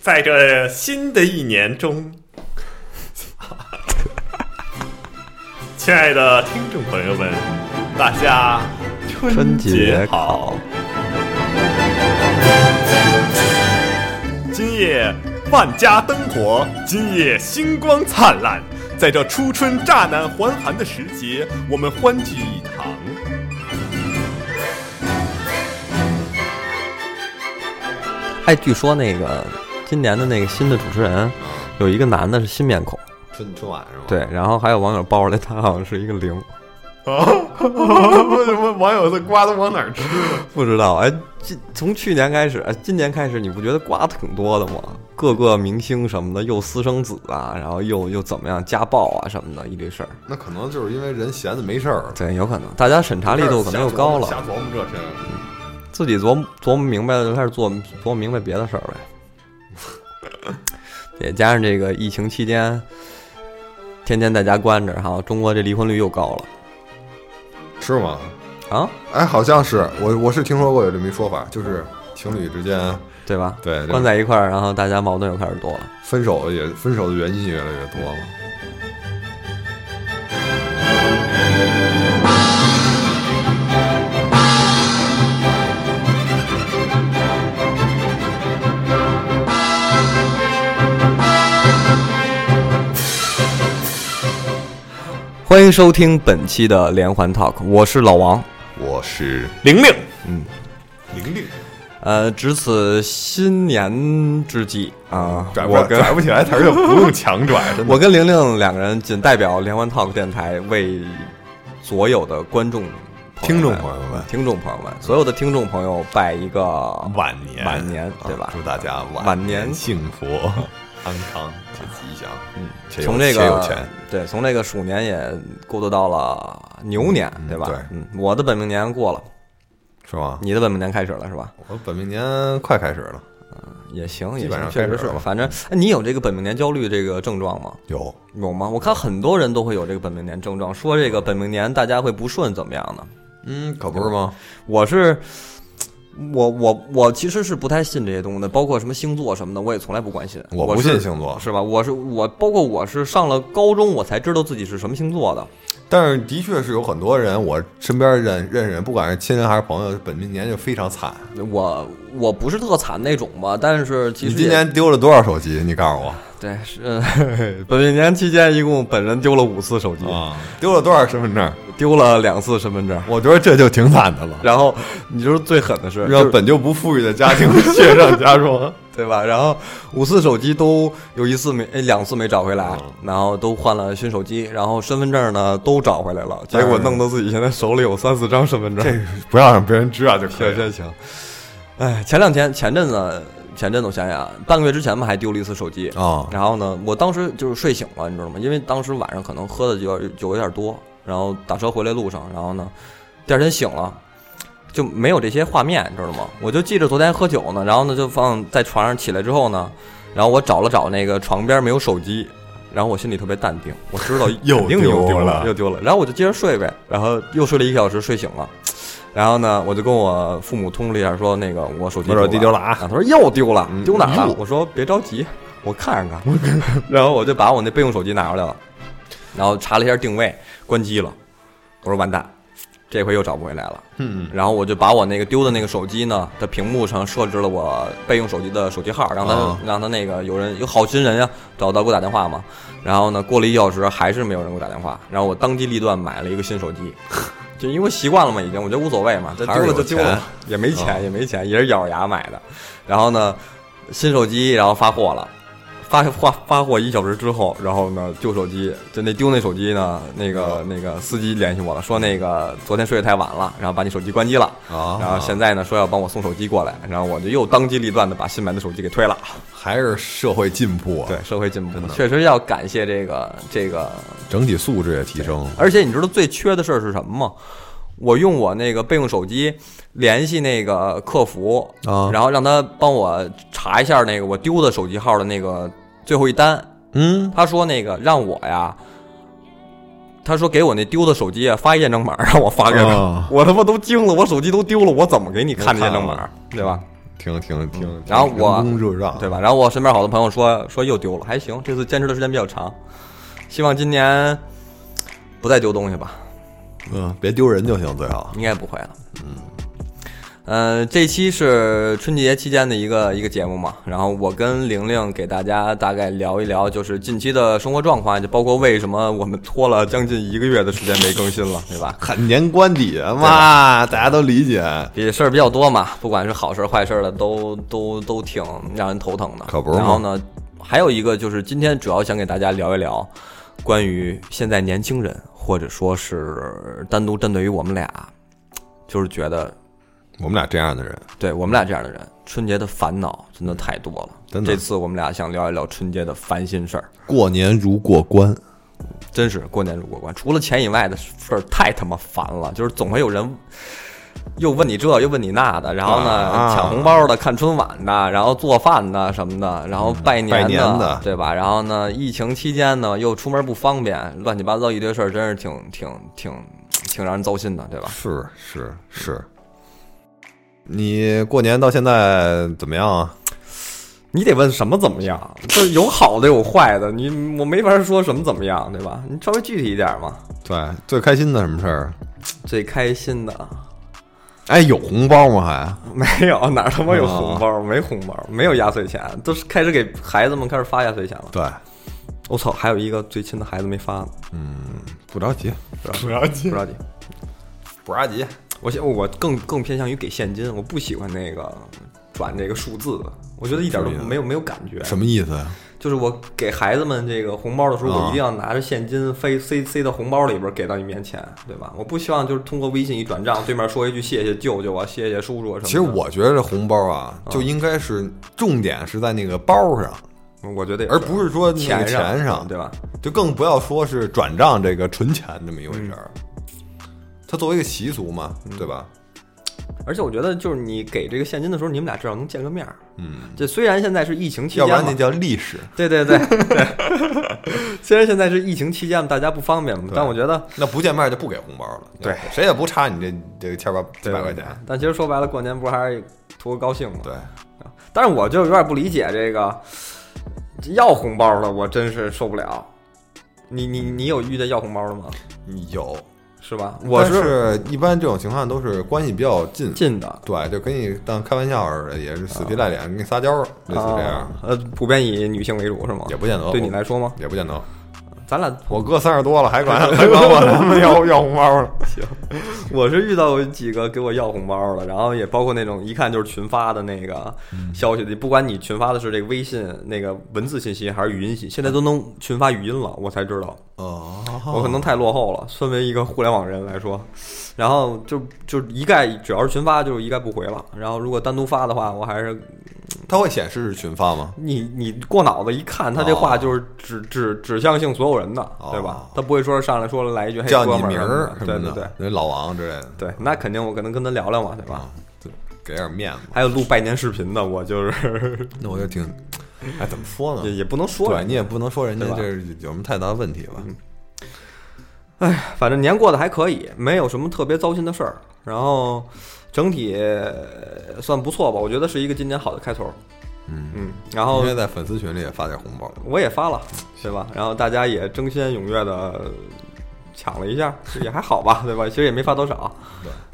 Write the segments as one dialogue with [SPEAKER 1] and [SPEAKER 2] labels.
[SPEAKER 1] 在这新的一年中， 亲爱的听众朋友们，大家
[SPEAKER 2] 春
[SPEAKER 1] 节
[SPEAKER 2] 节好！
[SPEAKER 1] 今夜万家灯火，今夜星光灿烂。在这初春乍暖还寒的时节，我们欢聚一 堂。
[SPEAKER 2] 哎，据说那个今年的那个新的主持人，有一个男的是新面孔，
[SPEAKER 3] 春春晚是吗？
[SPEAKER 2] 对，然后还有网友报出来他好像是一个零，
[SPEAKER 1] 啊！网网友的瓜都往哪儿吃？
[SPEAKER 2] 不知道。哎，今从去年开始，哎，今年开始，你不觉得瓜挺多的吗？各个明星什么的，又私生子啊，然后又又怎么样家暴啊什么的，一堆事儿。
[SPEAKER 3] 那可能就是因为人闲的没事儿，
[SPEAKER 2] 对，有可能大家审查力度可能又高
[SPEAKER 3] 瞎
[SPEAKER 2] 了，
[SPEAKER 3] 琢磨这真是。
[SPEAKER 2] 自己琢磨琢磨明白了就开始做琢磨明白别的事儿呗。 也加上这个疫情期间，天天在家关着，哈，中国这离婚率又高了。
[SPEAKER 3] 是吗？
[SPEAKER 2] 啊，
[SPEAKER 3] 哎，好像是我我是听说过有这么一说法，就是情侣之间
[SPEAKER 2] 对吧？
[SPEAKER 3] 对这
[SPEAKER 2] 关在一块儿，然后大家矛盾又开始多了。
[SPEAKER 3] 分手也分手的原因越来越多了。
[SPEAKER 2] 欢迎收听本期的连环 talk，我是老王。
[SPEAKER 3] 我是
[SPEAKER 1] 玲玲，
[SPEAKER 3] 玲玲，
[SPEAKER 2] 呃，值此新年之际啊、
[SPEAKER 3] 拽不
[SPEAKER 2] 我跟
[SPEAKER 3] 拽不起来词儿就不用 强拽，真的。
[SPEAKER 2] 我跟玲玲两个人仅代表连环 talk 电台为所有的观众朋友们
[SPEAKER 3] 听众朋友们
[SPEAKER 2] 听众朋友们，所有的听众朋友拜一个
[SPEAKER 3] 晚年
[SPEAKER 2] 晚年，对
[SPEAKER 3] 啊
[SPEAKER 2] 吧？
[SPEAKER 3] 祝大家
[SPEAKER 2] 晚年
[SPEAKER 3] 年幸福、安康且吉祥。嗯，且有
[SPEAKER 2] 从这
[SPEAKER 3] 且有
[SPEAKER 2] 个
[SPEAKER 3] 钱，
[SPEAKER 2] 对，从这个鼠年也过渡到了牛年，对吧？
[SPEAKER 3] 对
[SPEAKER 2] 嗯，我的本命年过了，
[SPEAKER 3] 是吗？
[SPEAKER 2] 你的本命年开始了是吧？
[SPEAKER 3] 我本命年快开始了，
[SPEAKER 2] 也行，也
[SPEAKER 3] 基本
[SPEAKER 2] 行，
[SPEAKER 3] 上
[SPEAKER 2] 确
[SPEAKER 3] 开
[SPEAKER 2] 实
[SPEAKER 3] 始
[SPEAKER 2] 是
[SPEAKER 3] 了。吧
[SPEAKER 2] 反正哎你有这个本命年焦虑这个症状吗？
[SPEAKER 3] 有
[SPEAKER 2] 有吗？我看很多人都会有这个本命年症状，说这个本命年大家会不顺怎么样呢？
[SPEAKER 3] 嗯，可不是吗？
[SPEAKER 2] 我是。我我我其实是不太信这些东西的，包括什么星座什么的，我也从来不关心。
[SPEAKER 3] 我
[SPEAKER 2] 我
[SPEAKER 3] 不
[SPEAKER 2] 是
[SPEAKER 3] 信星座，
[SPEAKER 2] 是吧？我是我，包括我是上了高中我才知道自己是什么星座的。
[SPEAKER 3] 但是的确是有很多人，我身边认认识人，不管是亲人还是朋友，本命年就非常惨。
[SPEAKER 2] 我我不是特惨那种吧，但是其
[SPEAKER 3] 你
[SPEAKER 2] 实
[SPEAKER 3] 今
[SPEAKER 2] 也
[SPEAKER 3] 年丢了多少手机？你告诉我
[SPEAKER 2] 对是 本命年期间，一共本人丢了五次手机，
[SPEAKER 3] 啊，丢了多少身份证？
[SPEAKER 2] 丢了两次身份证。
[SPEAKER 3] 我觉得这就挺惨的了，
[SPEAKER 2] 然后你就是最狠的是，就
[SPEAKER 3] 让
[SPEAKER 2] 是
[SPEAKER 3] 本就不富裕的家庭雪上加 霜。
[SPEAKER 2] 对吧？然后五次手机都有一次没，哎两次没找回来，然后都换了新手机，然后身份证呢都找回来了，结果弄得自己现在手里有三四张身份证。
[SPEAKER 3] 这个哎不要让别人知啊
[SPEAKER 1] 啊
[SPEAKER 3] 道就可以
[SPEAKER 2] 确实
[SPEAKER 3] 了。
[SPEAKER 2] 行。哎，前两天前阵子前阵子我想想啊，半个月之前吧，还丢了一次手机
[SPEAKER 3] 啊
[SPEAKER 2] 然后呢，我当时就是睡醒了，你知道吗？因为当时晚上可能喝的酒酒有点多，然后打车回来路上，然后呢，第二天醒了。就没有这些画面，你知道吗？我就记着昨天喝酒呢，然后呢就放在床上起来之后呢，然后我找了找那个床边没有手机，然后我心里特别淡定，我知道
[SPEAKER 3] 又
[SPEAKER 2] 肯定又
[SPEAKER 3] 丢
[SPEAKER 2] 了
[SPEAKER 3] 了
[SPEAKER 2] 又丢了，然后我就接着睡呗，然后又睡了一个小时，睡醒了，然后呢，我就跟我父母通知了一下，说那个我手机
[SPEAKER 3] 我手机丢了啊
[SPEAKER 2] 他说又丢了，
[SPEAKER 3] 嗯
[SPEAKER 2] 丢哪儿了
[SPEAKER 3] 哟？
[SPEAKER 2] 我说别着急，我看 看。然后我就把我那备用手机拿出来了，然后查了一下定位，关机了。我说完蛋，这回又找不回来了。
[SPEAKER 3] 嗯，
[SPEAKER 2] 然后我就把我那个丢的那个手机呢的屏幕上设置了我备用手机的手机号，让他、
[SPEAKER 3] 啊
[SPEAKER 2] 让他那个有人有好心人呀找到给我打电话嘛。然后呢，过了一小时还是没有人给我打电话，然后我当机立断买了一个新手 机，就因为习惯了嘛，已经我觉得无所谓嘛，这
[SPEAKER 3] 还
[SPEAKER 2] 丢
[SPEAKER 3] 是
[SPEAKER 2] 了
[SPEAKER 3] 有
[SPEAKER 2] 就丢了
[SPEAKER 3] 钱，
[SPEAKER 2] 也没钱、哦也没钱，也是咬着牙买的。然后呢，新手机然后发货了。发发发货一小时之后，然后呢，旧手机就那丢那手机呢，那个那个司机联系我了，说那个昨天睡得太晚了，然后把你手机关机了，
[SPEAKER 3] 啊
[SPEAKER 2] 然后现在呢说要帮我送手机过来，然后我就又当机立断的把新买的手机给推了。
[SPEAKER 3] 还是社会进步啊，
[SPEAKER 2] 对，，社会进步
[SPEAKER 3] 真的
[SPEAKER 2] 确实要感谢这个这个，
[SPEAKER 3] 整体素质也提升。
[SPEAKER 2] 而且你知道最缺的事儿是什么吗？我用我那个备用手机联系那个客服，
[SPEAKER 3] 啊
[SPEAKER 2] 然后让他帮我查一下那个我丢的手机号的那个最后一单，
[SPEAKER 3] 嗯，
[SPEAKER 2] 他说那个让我呀，他说给我那丢的手机啊发一验证码，让我发给他。
[SPEAKER 3] 啊
[SPEAKER 2] 我他妈都惊了，我手机都丢了，我怎么给你看这验证
[SPEAKER 3] 我看
[SPEAKER 2] 码？对吧？
[SPEAKER 3] 挺挺挺。
[SPEAKER 2] 然后我
[SPEAKER 3] 人工热让，
[SPEAKER 2] 对吧？然后我身边好多朋友说说又丢了，还行，这次坚持的时间比较长，希望今年不再丢东西吧，
[SPEAKER 3] 嗯，别丢人就行，最好。
[SPEAKER 2] 应该不会了。嗯，呃，这期是春节期间的一个一个节目嘛，然后我跟玲玲给大家大概聊一聊，就是近期的生活状况，就包括为什么我们拖了将近一个月的时间没更新了，对吧？
[SPEAKER 3] 看年关底啊嘛，大家都理解，
[SPEAKER 2] 也事儿比较多嘛，不管是好事儿坏事儿的，都都都挺让人头疼的。
[SPEAKER 3] 可不是
[SPEAKER 2] 然后
[SPEAKER 3] 嘛
[SPEAKER 2] 呢，还有一个就是今天主要想给大家聊一聊关于现在年轻人，或者说是单独针对于我们俩，就是觉得
[SPEAKER 3] 我们俩这样的人，
[SPEAKER 2] 对我们俩这样的人，春节的烦恼真的太多了。
[SPEAKER 3] 真的
[SPEAKER 2] 这次我们俩想聊一聊春节的烦心事儿，
[SPEAKER 3] 过年如过关，
[SPEAKER 2] 真是过年如过关，除了钱以外的事儿太他妈烦了，就是总会有人又问你这又问你那的，然后呢、
[SPEAKER 3] 啊
[SPEAKER 2] 抢红包的、看春晚的，然后做饭的什么的，然后拜年的，
[SPEAKER 3] 拜年的
[SPEAKER 2] 对吧？然后呢，疫情期间呢又出门不方便，乱七八糟一堆事儿，真是挺挺挺挺让人糟心的，对吧？
[SPEAKER 3] 是是是。你过年到现在怎么样啊？
[SPEAKER 2] 你得问什么怎么样？这有好的有坏的，你我没法说什么怎么样，对吧？你稍微具体一点嘛。
[SPEAKER 3] 对，最开心的什么事儿？
[SPEAKER 2] 最开心的
[SPEAKER 3] 哎，有红包吗？还
[SPEAKER 2] 没有，哪儿他妈有红包？没红包，没有压岁钱，都是开始给孩子们开始发压岁钱了。
[SPEAKER 3] 对，
[SPEAKER 2] 我操，还有一个最亲的孩子没发呢，
[SPEAKER 3] 不着急，
[SPEAKER 1] 不要
[SPEAKER 2] 不
[SPEAKER 1] 紧
[SPEAKER 2] 着急。
[SPEAKER 3] 不着急。
[SPEAKER 2] 我现我更更偏向于给现金，我不喜欢那个转这个数字，我觉得一点都
[SPEAKER 3] 什么意思
[SPEAKER 2] 没有没有感觉。
[SPEAKER 3] 什么意思呀？
[SPEAKER 2] 就是我给孩子们这个红包的时候，
[SPEAKER 3] 啊
[SPEAKER 2] 我一定要拿着现金塞塞塞到红包里边给到你面前，对吧？我不希望就是通过微信一转账，对面说一句谢谢舅舅啊，谢谢叔叔啊什么的。
[SPEAKER 3] 其实我觉得这红包啊，
[SPEAKER 2] 嗯
[SPEAKER 3] 就应该是重点是在那个包上，
[SPEAKER 2] 我觉得也
[SPEAKER 3] 而不是说那个
[SPEAKER 2] 钱
[SPEAKER 3] 钱上
[SPEAKER 2] 对吧？
[SPEAKER 3] 就更不要说是转账这个存钱这么一回
[SPEAKER 2] 嗯
[SPEAKER 3] 事儿。它作为一个习俗嘛，对吧？
[SPEAKER 2] 而且我觉得就是你给这个现金的时候，你们俩至少能见个面儿。
[SPEAKER 3] 嗯，
[SPEAKER 2] 这虽然现在是疫情期
[SPEAKER 3] 要
[SPEAKER 2] 间
[SPEAKER 3] 不
[SPEAKER 2] 嘛
[SPEAKER 3] 然那叫历史。
[SPEAKER 2] 对对对对，虽然现在是疫情期间，大家不方便嘛，
[SPEAKER 3] 对
[SPEAKER 2] 但我觉得
[SPEAKER 3] 那不见面就不给红包了，
[SPEAKER 2] 对，
[SPEAKER 3] 谁也不差你这这个千八几
[SPEAKER 2] 对
[SPEAKER 3] 百块。
[SPEAKER 2] 对对
[SPEAKER 3] 钱，
[SPEAKER 2] 但其实说白了，过年不还是图个高兴嘛？
[SPEAKER 3] 对，
[SPEAKER 2] 但是我就有点不理解这个这要红包的，我真是受不了。你你你有遇见要红包的吗？
[SPEAKER 3] 有。
[SPEAKER 2] 是吧？我
[SPEAKER 3] 但一般这种情况都是关系比较近，
[SPEAKER 2] 进的，
[SPEAKER 3] 对，就跟你当开玩笑似的，也是死皮赖脸跟你撒娇，类似这样，
[SPEAKER 2] 啊呃，普遍以女性为主是吗？
[SPEAKER 3] 也不见得。嗯
[SPEAKER 2] 对你来说吗？
[SPEAKER 3] 也不见得。
[SPEAKER 2] 咱俩
[SPEAKER 3] 我哥三十多了，还管 还管我他妈要要红包呢。
[SPEAKER 2] 我是遇到过几个给我要红包的，然后也包括那种一看就是群发的那个
[SPEAKER 3] 嗯
[SPEAKER 2] 消息的，不管你群发的是这个微信那个文字信息还是语音信，现在都能群发语音了，我才知道，
[SPEAKER 3] 哦，
[SPEAKER 2] 我可能太落后了。身为一个互联网人来说，然后就就一概只要是群发就是一概不回了，然后如果单独发的话，我还是
[SPEAKER 3] 他会显示是群发吗？
[SPEAKER 2] 你你过脑子一看，他这话就是指指指向性所有人的，对吧
[SPEAKER 3] 哦？
[SPEAKER 2] 他不会说上来说来一句嘿
[SPEAKER 3] 叫
[SPEAKER 2] 哥
[SPEAKER 3] 你
[SPEAKER 2] 们
[SPEAKER 3] 名儿
[SPEAKER 2] 什么
[SPEAKER 3] 什
[SPEAKER 2] 的
[SPEAKER 3] 么
[SPEAKER 2] 对
[SPEAKER 3] 的，
[SPEAKER 2] 对对
[SPEAKER 3] 人老王之类的，啊
[SPEAKER 2] 对，那肯定我可能跟他聊聊嘛，对吧？
[SPEAKER 3] 哦给点面子。
[SPEAKER 2] 还有录拜年视频的，我就是
[SPEAKER 3] 那我就挺，哎，怎么说
[SPEAKER 2] 也
[SPEAKER 3] 呢？
[SPEAKER 2] 也不能说
[SPEAKER 3] 对嗯
[SPEAKER 2] 人
[SPEAKER 3] 你也不能说人家
[SPEAKER 2] 对吧
[SPEAKER 3] 这是有什么太大的问题吧？
[SPEAKER 2] 家，反正年过得还可以，没有什么特别糟心的事儿，然后整体呃算不错吧，我觉得是一个今年好的开头。嗯嗯，然后
[SPEAKER 3] 应该在粉丝群里也发点红包。
[SPEAKER 2] 我也发了，对吧？然后大家也争先踊跃的抢了一下，也还好 吧，对吧？其实也没发多少，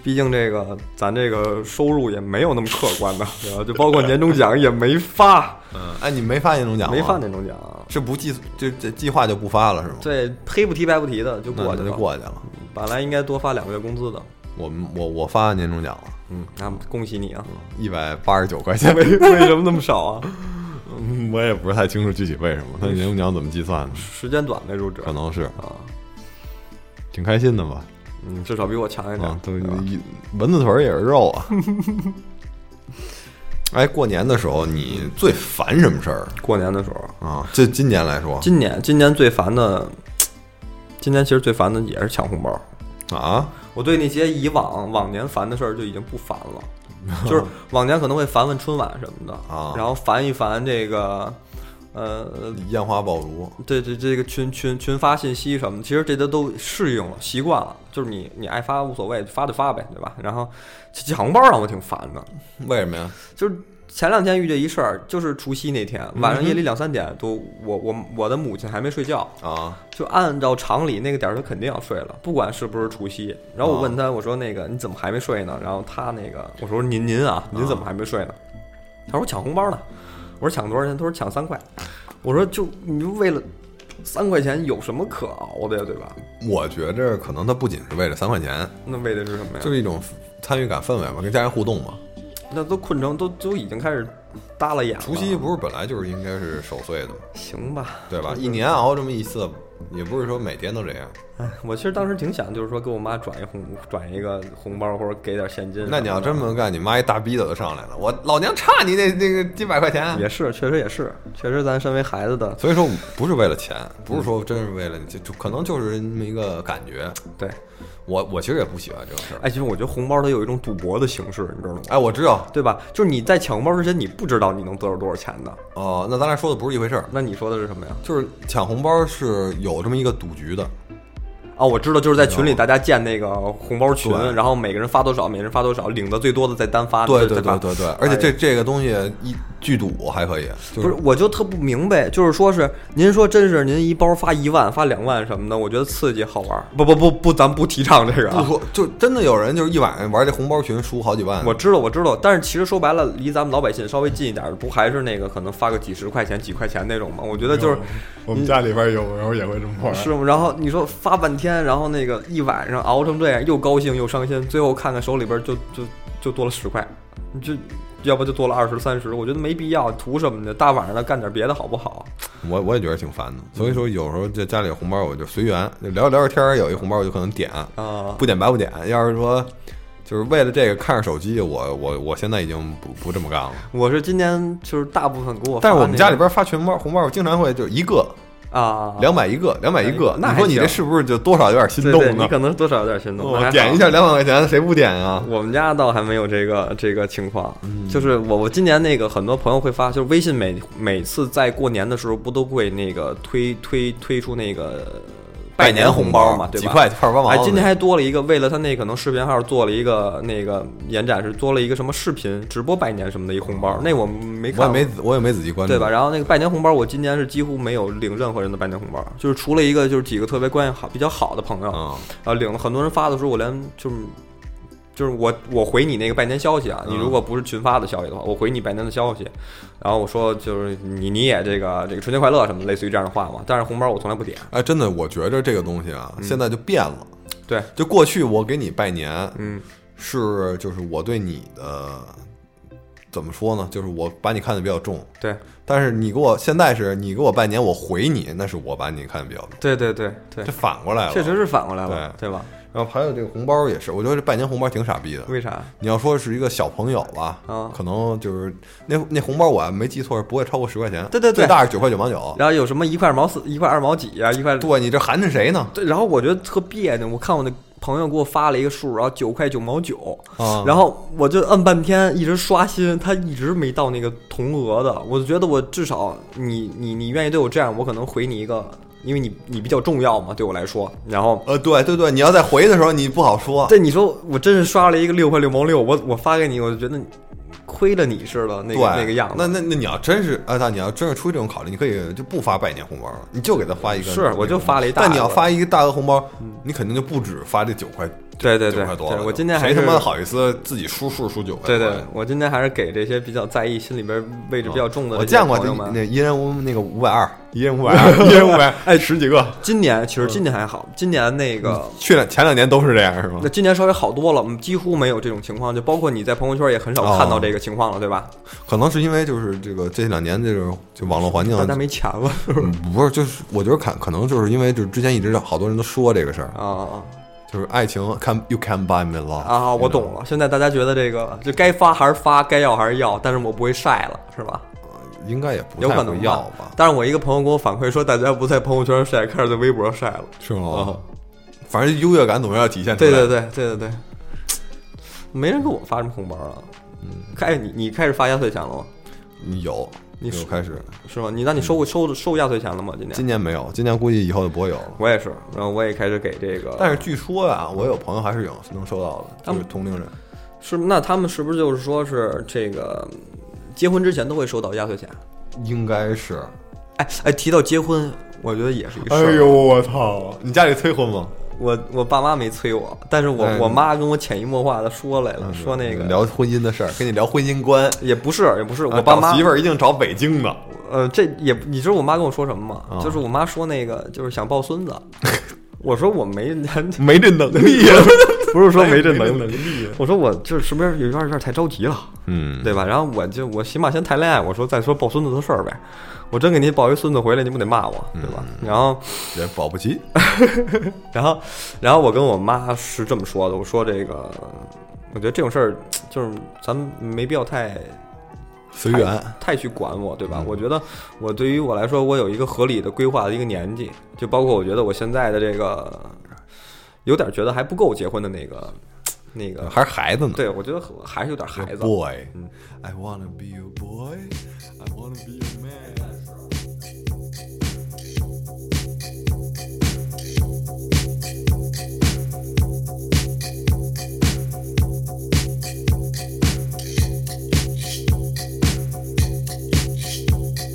[SPEAKER 2] 毕竟这个咱这个收入也没有那么客观 的，对吧？就包括年终奖也没发，
[SPEAKER 3] 嗯，哎，你 没发年终奖吗？
[SPEAKER 2] 没发年终奖，
[SPEAKER 3] 是不计就这计划就不发了是吗？
[SPEAKER 2] 对，黑不提白不提的就
[SPEAKER 3] 那
[SPEAKER 2] 过去
[SPEAKER 3] 那就
[SPEAKER 2] 了。
[SPEAKER 3] 过去了。
[SPEAKER 2] 本来应该多发两个月工资的。
[SPEAKER 3] 我们我我发年终奖了，
[SPEAKER 2] 嗯，那恭喜你啊！
[SPEAKER 3] 一百八十九块钱。
[SPEAKER 2] 为 为什么那么少啊？
[SPEAKER 3] 我也不是太清楚具体为什么，那年终奖怎么计算的？
[SPEAKER 2] 时间短呗，入职
[SPEAKER 3] 可能是
[SPEAKER 2] 啊，
[SPEAKER 3] 挺开心的吧？
[SPEAKER 2] 嗯，至少比我强一点
[SPEAKER 3] 啊，，都
[SPEAKER 2] 对吧
[SPEAKER 3] 一蚊子腿儿也是肉啊。 哎，过年的时候你最烦什么事儿
[SPEAKER 2] 过年的时候，
[SPEAKER 3] 啊？就今年来说
[SPEAKER 2] 今年今年最烦的，今年其实最烦的也是抢红包。
[SPEAKER 3] 啊，
[SPEAKER 2] 我对那些以往往年烦的事儿就已经不烦了， 就是往年可能会烦问春晚什么的
[SPEAKER 3] 啊
[SPEAKER 2] 然后烦一烦这个，呃，
[SPEAKER 3] 烟花爆竹，
[SPEAKER 2] 对对，这个群群群发信息什么的，其实这些都适应了，习惯了，就是你你爱发无所谓，发就发呗，对吧？然后抢红包让我挺烦的，
[SPEAKER 3] 为什么呀？
[SPEAKER 2] 就是前两天遇见一事儿，就是除夕那天晚上夜里两三点多，我我我的母亲还没睡觉，
[SPEAKER 3] 啊，
[SPEAKER 2] 就按照常理那个点儿她肯定要睡了，不管是不是除夕。然后我
[SPEAKER 3] 啊
[SPEAKER 2] 问她，我说那个你怎么还没睡呢？然后她那个我说您您啊，您怎么还没睡呢？她说我抢红包呢。我说抢多少钱？她说抢三块。我说就你就为了三块钱有什么可熬的呀，对吧？
[SPEAKER 3] 我觉着可能他不仅是为了三块钱，
[SPEAKER 2] 那为的是什么呀
[SPEAKER 3] 就？是一种参与感氛围嘛，跟家人互动嘛。
[SPEAKER 2] 那都困成都都已经开始耷拉眼了。
[SPEAKER 3] 除夕不是本来就是应该是守岁的吗？
[SPEAKER 2] 行吧？
[SPEAKER 3] 对吧？
[SPEAKER 2] 就是
[SPEAKER 3] 一年熬这么一次，也不是说每天都这样。
[SPEAKER 2] 哎， 我其实当时挺想，就是说给我妈转一红转一个红包，或者给点现金。
[SPEAKER 3] 那你要这么干，你妈一大逼斗就上来了，我老娘差你那那个几百块钱。
[SPEAKER 2] 也是，确实也是，确实咱身为孩子的，
[SPEAKER 3] 所以说不是为了钱，不是说真是为了你，就就可能就是那么一个感觉。
[SPEAKER 2] 对，
[SPEAKER 3] 我我其实也不喜欢这种事儿。
[SPEAKER 2] 哎，其实我觉得红包它有一种赌博的形式，你知道吗？
[SPEAKER 3] 哎，我知道
[SPEAKER 2] 对吧？就是你在抢红包之前，你不知道你能得到多少钱的。
[SPEAKER 3] 哦、那咱俩说的不是一回事儿，
[SPEAKER 2] 那你说的是什么呀？
[SPEAKER 3] 就是抢红包是有这么一个赌局的。
[SPEAKER 2] 啊，我知道，就是在群里大家建那个红包群，
[SPEAKER 3] 对
[SPEAKER 2] 然后每个人发多少，每人发多少，领的最多的再单发。
[SPEAKER 3] 对
[SPEAKER 2] 再
[SPEAKER 3] 啊对
[SPEAKER 2] 发
[SPEAKER 3] 对对对，而且
[SPEAKER 2] 哎
[SPEAKER 3] 这这个东西一聚赌还可以，就
[SPEAKER 2] 不是，我就特不明白，就是说是您说真是您一包发一万、发两万什么的，我觉得刺激好玩儿。不不不不，咱不提倡这个
[SPEAKER 3] 不
[SPEAKER 2] 啊。
[SPEAKER 3] 说，就真的有人就是一晚上玩这红包群输好几万。
[SPEAKER 2] 我知道，我知道，但是其实说白了，离咱们老百姓稍微近一点儿，不还是那个可能发个几十块钱、几块钱那种吗？我觉得就是
[SPEAKER 4] 我们家里边有时候也会这么玩。
[SPEAKER 2] 是吗？然后你说发半天，然后那个一晚上熬成这样，又高兴又伤心，最后看看手里边儿就就就多了十块，你就要不就多了二十三十，我觉得没必要，图什么呢？大晚上的干点别的好不好？
[SPEAKER 3] 我我也觉得挺烦的，所以说有时候这家里有红包我就随缘，就聊着聊着天儿，有一红包我就可能点，
[SPEAKER 2] 啊、
[SPEAKER 3] 不点白不点。要是说就是为了这个看着手机，我我我现在已经不不这么干了。
[SPEAKER 2] 我是今年就是大部分给我发那个，
[SPEAKER 3] 但是我们家里边发全包红包，我经常会就一个
[SPEAKER 2] 啊，哎
[SPEAKER 3] 两百一个，两百一个。
[SPEAKER 2] 那还
[SPEAKER 3] 你说你这
[SPEAKER 2] 行
[SPEAKER 3] 是不是就多少有点心
[SPEAKER 2] 对
[SPEAKER 3] 动
[SPEAKER 2] 对，你
[SPEAKER 3] 呢？
[SPEAKER 2] 可能多少有点心动。那还
[SPEAKER 3] 我
[SPEAKER 2] 好
[SPEAKER 3] 点一下，两百块钱，谁不点啊？
[SPEAKER 2] 我们家倒还没有这个这个情况，就是我我今年那个很多朋友会发，就是微信每每次在过年的时候不都会那个推推推出那个拜
[SPEAKER 3] 年
[SPEAKER 2] 红
[SPEAKER 3] 包
[SPEAKER 2] 嘛，对吧？
[SPEAKER 3] 嗯几块块八毛。
[SPEAKER 2] 哎，今天还多了一个，为了他那可能视频号做了一个那个延展，是做了一个什么视频直播拜年什么的一红包，那我没
[SPEAKER 3] 我
[SPEAKER 2] 看
[SPEAKER 3] 也
[SPEAKER 2] 过，
[SPEAKER 3] 没我也没仔细关注，
[SPEAKER 2] 对吧？？然后那个拜年红包，我今年是几乎没有领任何人的拜年红包，就是除了一个就是几个特别关系好比较好的朋友，
[SPEAKER 3] 嗯，
[SPEAKER 2] 啊，领了很多人发的时候，我连就是就是我我回你那个拜年消息啊，你如果不是群发的消息的话，我回你拜年的消息，然后我说就是你你也这个这个春节快乐什么的，类似于这样的话嘛。但是红包我从来不点，
[SPEAKER 3] 哎，真的，我觉着这个东西
[SPEAKER 2] 嗯
[SPEAKER 3] 啊，现在就变了。
[SPEAKER 2] 对，
[SPEAKER 3] 就过去我给你拜年，
[SPEAKER 2] 嗯，
[SPEAKER 3] 是就是我对你的怎么说呢？就是我把你看得比较重，
[SPEAKER 2] 对
[SPEAKER 3] 但是你给我现在是你给我拜年，我回你，那是我把你看得比较重，
[SPEAKER 2] 对对对对
[SPEAKER 3] 这，反过来了。
[SPEAKER 2] 确实。是反过来了，对吧？
[SPEAKER 3] 然后还有这个红包也是，我觉得这拜年红包挺傻逼的。
[SPEAKER 2] 为啥？
[SPEAKER 3] 你要说是一个小朋友吧，
[SPEAKER 2] 嗯啊
[SPEAKER 3] 可能就是那那红包我没记错是不会超过十块钱，
[SPEAKER 2] 对对对
[SPEAKER 3] 最大是九块九毛九。
[SPEAKER 2] 然后有什么一块毛四、一块二毛几呀、一块
[SPEAKER 3] 对你这含着谁呢？
[SPEAKER 2] 对，然后我觉得特别扭。我看我那朋友给我发了一个数，然后九块九毛九，
[SPEAKER 3] 啊
[SPEAKER 2] 然后我就摁半天，一直刷新，他一直没到那个同额的。我就觉得我至少你你你愿意对我这样，我可能回你一个，因为你你比较重要嘛，对我来说。然后
[SPEAKER 3] 呃，对对对，你要再回的时候你不好说。
[SPEAKER 2] 对你说，我真是刷了一个六块六毛六，我我发给你，我就觉得你亏了你似的那
[SPEAKER 3] 对
[SPEAKER 2] 个那个样子。
[SPEAKER 3] 那那那你要真是哎，那你要真是出于这种考虑，你可以就不发拜年红包了，你就给他发一个。
[SPEAKER 2] 是我就发了一大嗯
[SPEAKER 3] 但你要
[SPEAKER 2] 额
[SPEAKER 3] 发一个大额红包，你肯定就不止发这九块，
[SPEAKER 2] 对对
[SPEAKER 3] 九
[SPEAKER 2] 对
[SPEAKER 3] 块多
[SPEAKER 2] 对
[SPEAKER 3] 了
[SPEAKER 2] 我
[SPEAKER 3] 就
[SPEAKER 2] 今天还
[SPEAKER 3] 谁他
[SPEAKER 2] 是
[SPEAKER 3] 妈好意思自己输数输九块？
[SPEAKER 2] 对对，我今天还是给这些比较在意、心里边位置比较重的
[SPEAKER 3] 啊我
[SPEAKER 2] 这些
[SPEAKER 3] 见过
[SPEAKER 2] 朋
[SPEAKER 3] 那
[SPEAKER 2] 友们
[SPEAKER 3] 那一人五那个五百二，一人五百 二，一人五百，哎，十几个。
[SPEAKER 2] 今年其实今年还好，今年那个。
[SPEAKER 3] 去两前两年都是这样是吗
[SPEAKER 2] 那？今年稍微好多了，嗯几乎没有这种情况，就包括你在朋友圈也很少看到这个情况了，对吧？
[SPEAKER 3] 可能是因为就是这个这两年这种就网络环境
[SPEAKER 2] 大家没钱 了
[SPEAKER 3] 嗯不是，就是我觉得可可能就是因为就是之前一直好多人都说这个事儿，
[SPEAKER 2] 啊
[SPEAKER 3] 就是爱情 can you can buy me love
[SPEAKER 2] 啊啊！我懂了，现在大家觉得这个就该发还是发，该要还是要，但是我不会晒了，是吧？
[SPEAKER 3] 应该也不
[SPEAKER 2] 有
[SPEAKER 3] 太
[SPEAKER 2] 可
[SPEAKER 3] 会
[SPEAKER 2] 能
[SPEAKER 3] 要吧？
[SPEAKER 2] 但是我一个朋友给我反馈说，大家不在朋友圈晒，开始在微博晒了。
[SPEAKER 3] 是吗？反正优越感总是要体现
[SPEAKER 2] 嗯
[SPEAKER 3] 出
[SPEAKER 2] 对
[SPEAKER 3] 来。
[SPEAKER 2] 对对对对对，没人给我发什么红包啊。
[SPEAKER 3] 嗯
[SPEAKER 2] 开你你开始发压岁钱了吗？
[SPEAKER 3] 对，有，
[SPEAKER 2] 你
[SPEAKER 3] 有
[SPEAKER 2] 是
[SPEAKER 3] 开始，
[SPEAKER 2] 是吗？你那你收
[SPEAKER 3] 嗯
[SPEAKER 2] 过收收压岁钱了吗？今
[SPEAKER 3] 今
[SPEAKER 2] 年
[SPEAKER 3] 年没有，今年估计以后就不会有了。
[SPEAKER 2] 我也是，然后我也开始给这个，
[SPEAKER 3] 但是据说啊，我有朋友还是有能收到的，
[SPEAKER 2] 他
[SPEAKER 3] 就
[SPEAKER 2] 们
[SPEAKER 3] 是同龄人。
[SPEAKER 2] 是那他们是不是就是说是这个结婚之前都会收到压岁钱。
[SPEAKER 3] 应该是。
[SPEAKER 2] 哎哎，提到结婚，我觉得也是一个事儿。
[SPEAKER 4] 哎呦，我操！
[SPEAKER 3] 你家里催婚吗？
[SPEAKER 2] 我我爸妈没催我，但是我、
[SPEAKER 3] 哎
[SPEAKER 2] 我妈跟我潜移默化的说来了，说那个
[SPEAKER 3] 嗯聊婚姻的事儿，跟你聊婚姻观。
[SPEAKER 2] 也不是也不是，
[SPEAKER 3] 啊
[SPEAKER 2] 我爸妈
[SPEAKER 3] 找媳妇儿一定找北京的，
[SPEAKER 2] 呃，这也你知道我妈跟我说什么吗？
[SPEAKER 3] 啊
[SPEAKER 2] 就是我妈说那个就是想抱孙子，我说我没，
[SPEAKER 3] 没这能力。
[SPEAKER 2] 不是说没这能
[SPEAKER 4] 能
[SPEAKER 2] 力，
[SPEAKER 4] 力，
[SPEAKER 2] 我说我就是是不是有点有点太着急了，
[SPEAKER 3] 嗯，
[SPEAKER 2] 对吧？然后我就我起码先谈恋爱，我说再说抱孙子的事儿呗。我真给你抱一孙子回来，你不得骂我，对吧？然后
[SPEAKER 3] 人保不齐。
[SPEAKER 2] 然后，然后我跟我妈是这么说的，我说这个，我觉得这种事儿就是咱们没必要太
[SPEAKER 3] 随缘。
[SPEAKER 2] 太去管我，对吧？我觉得我对于我来说，我有一个合理的规划的一个年纪，就包括我觉得我现在的这个，有点觉得还不够结婚的那个那个，
[SPEAKER 3] 还是孩子呢。
[SPEAKER 2] 对我觉得还是有点孩子。嗯
[SPEAKER 3] boy，I、wanna be a boy，I wanna be a man。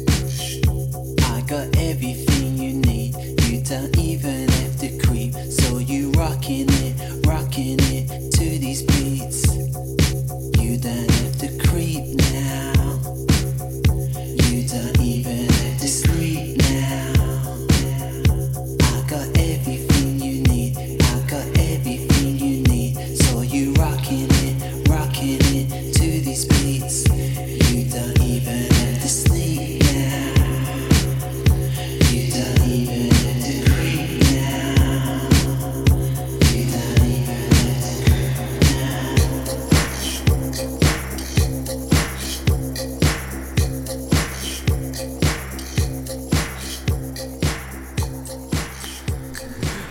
[SPEAKER 5] I got everything you need. You don't even have to creep. So you rocking it, rocking it to these beats. You don't have to creep now. You don't even have to sleep now. I got everything you need. I got everything you need. So you rocking it, rocking it to these beats. You don't even have to sleep now. You don't even have to creep now. You don't even have to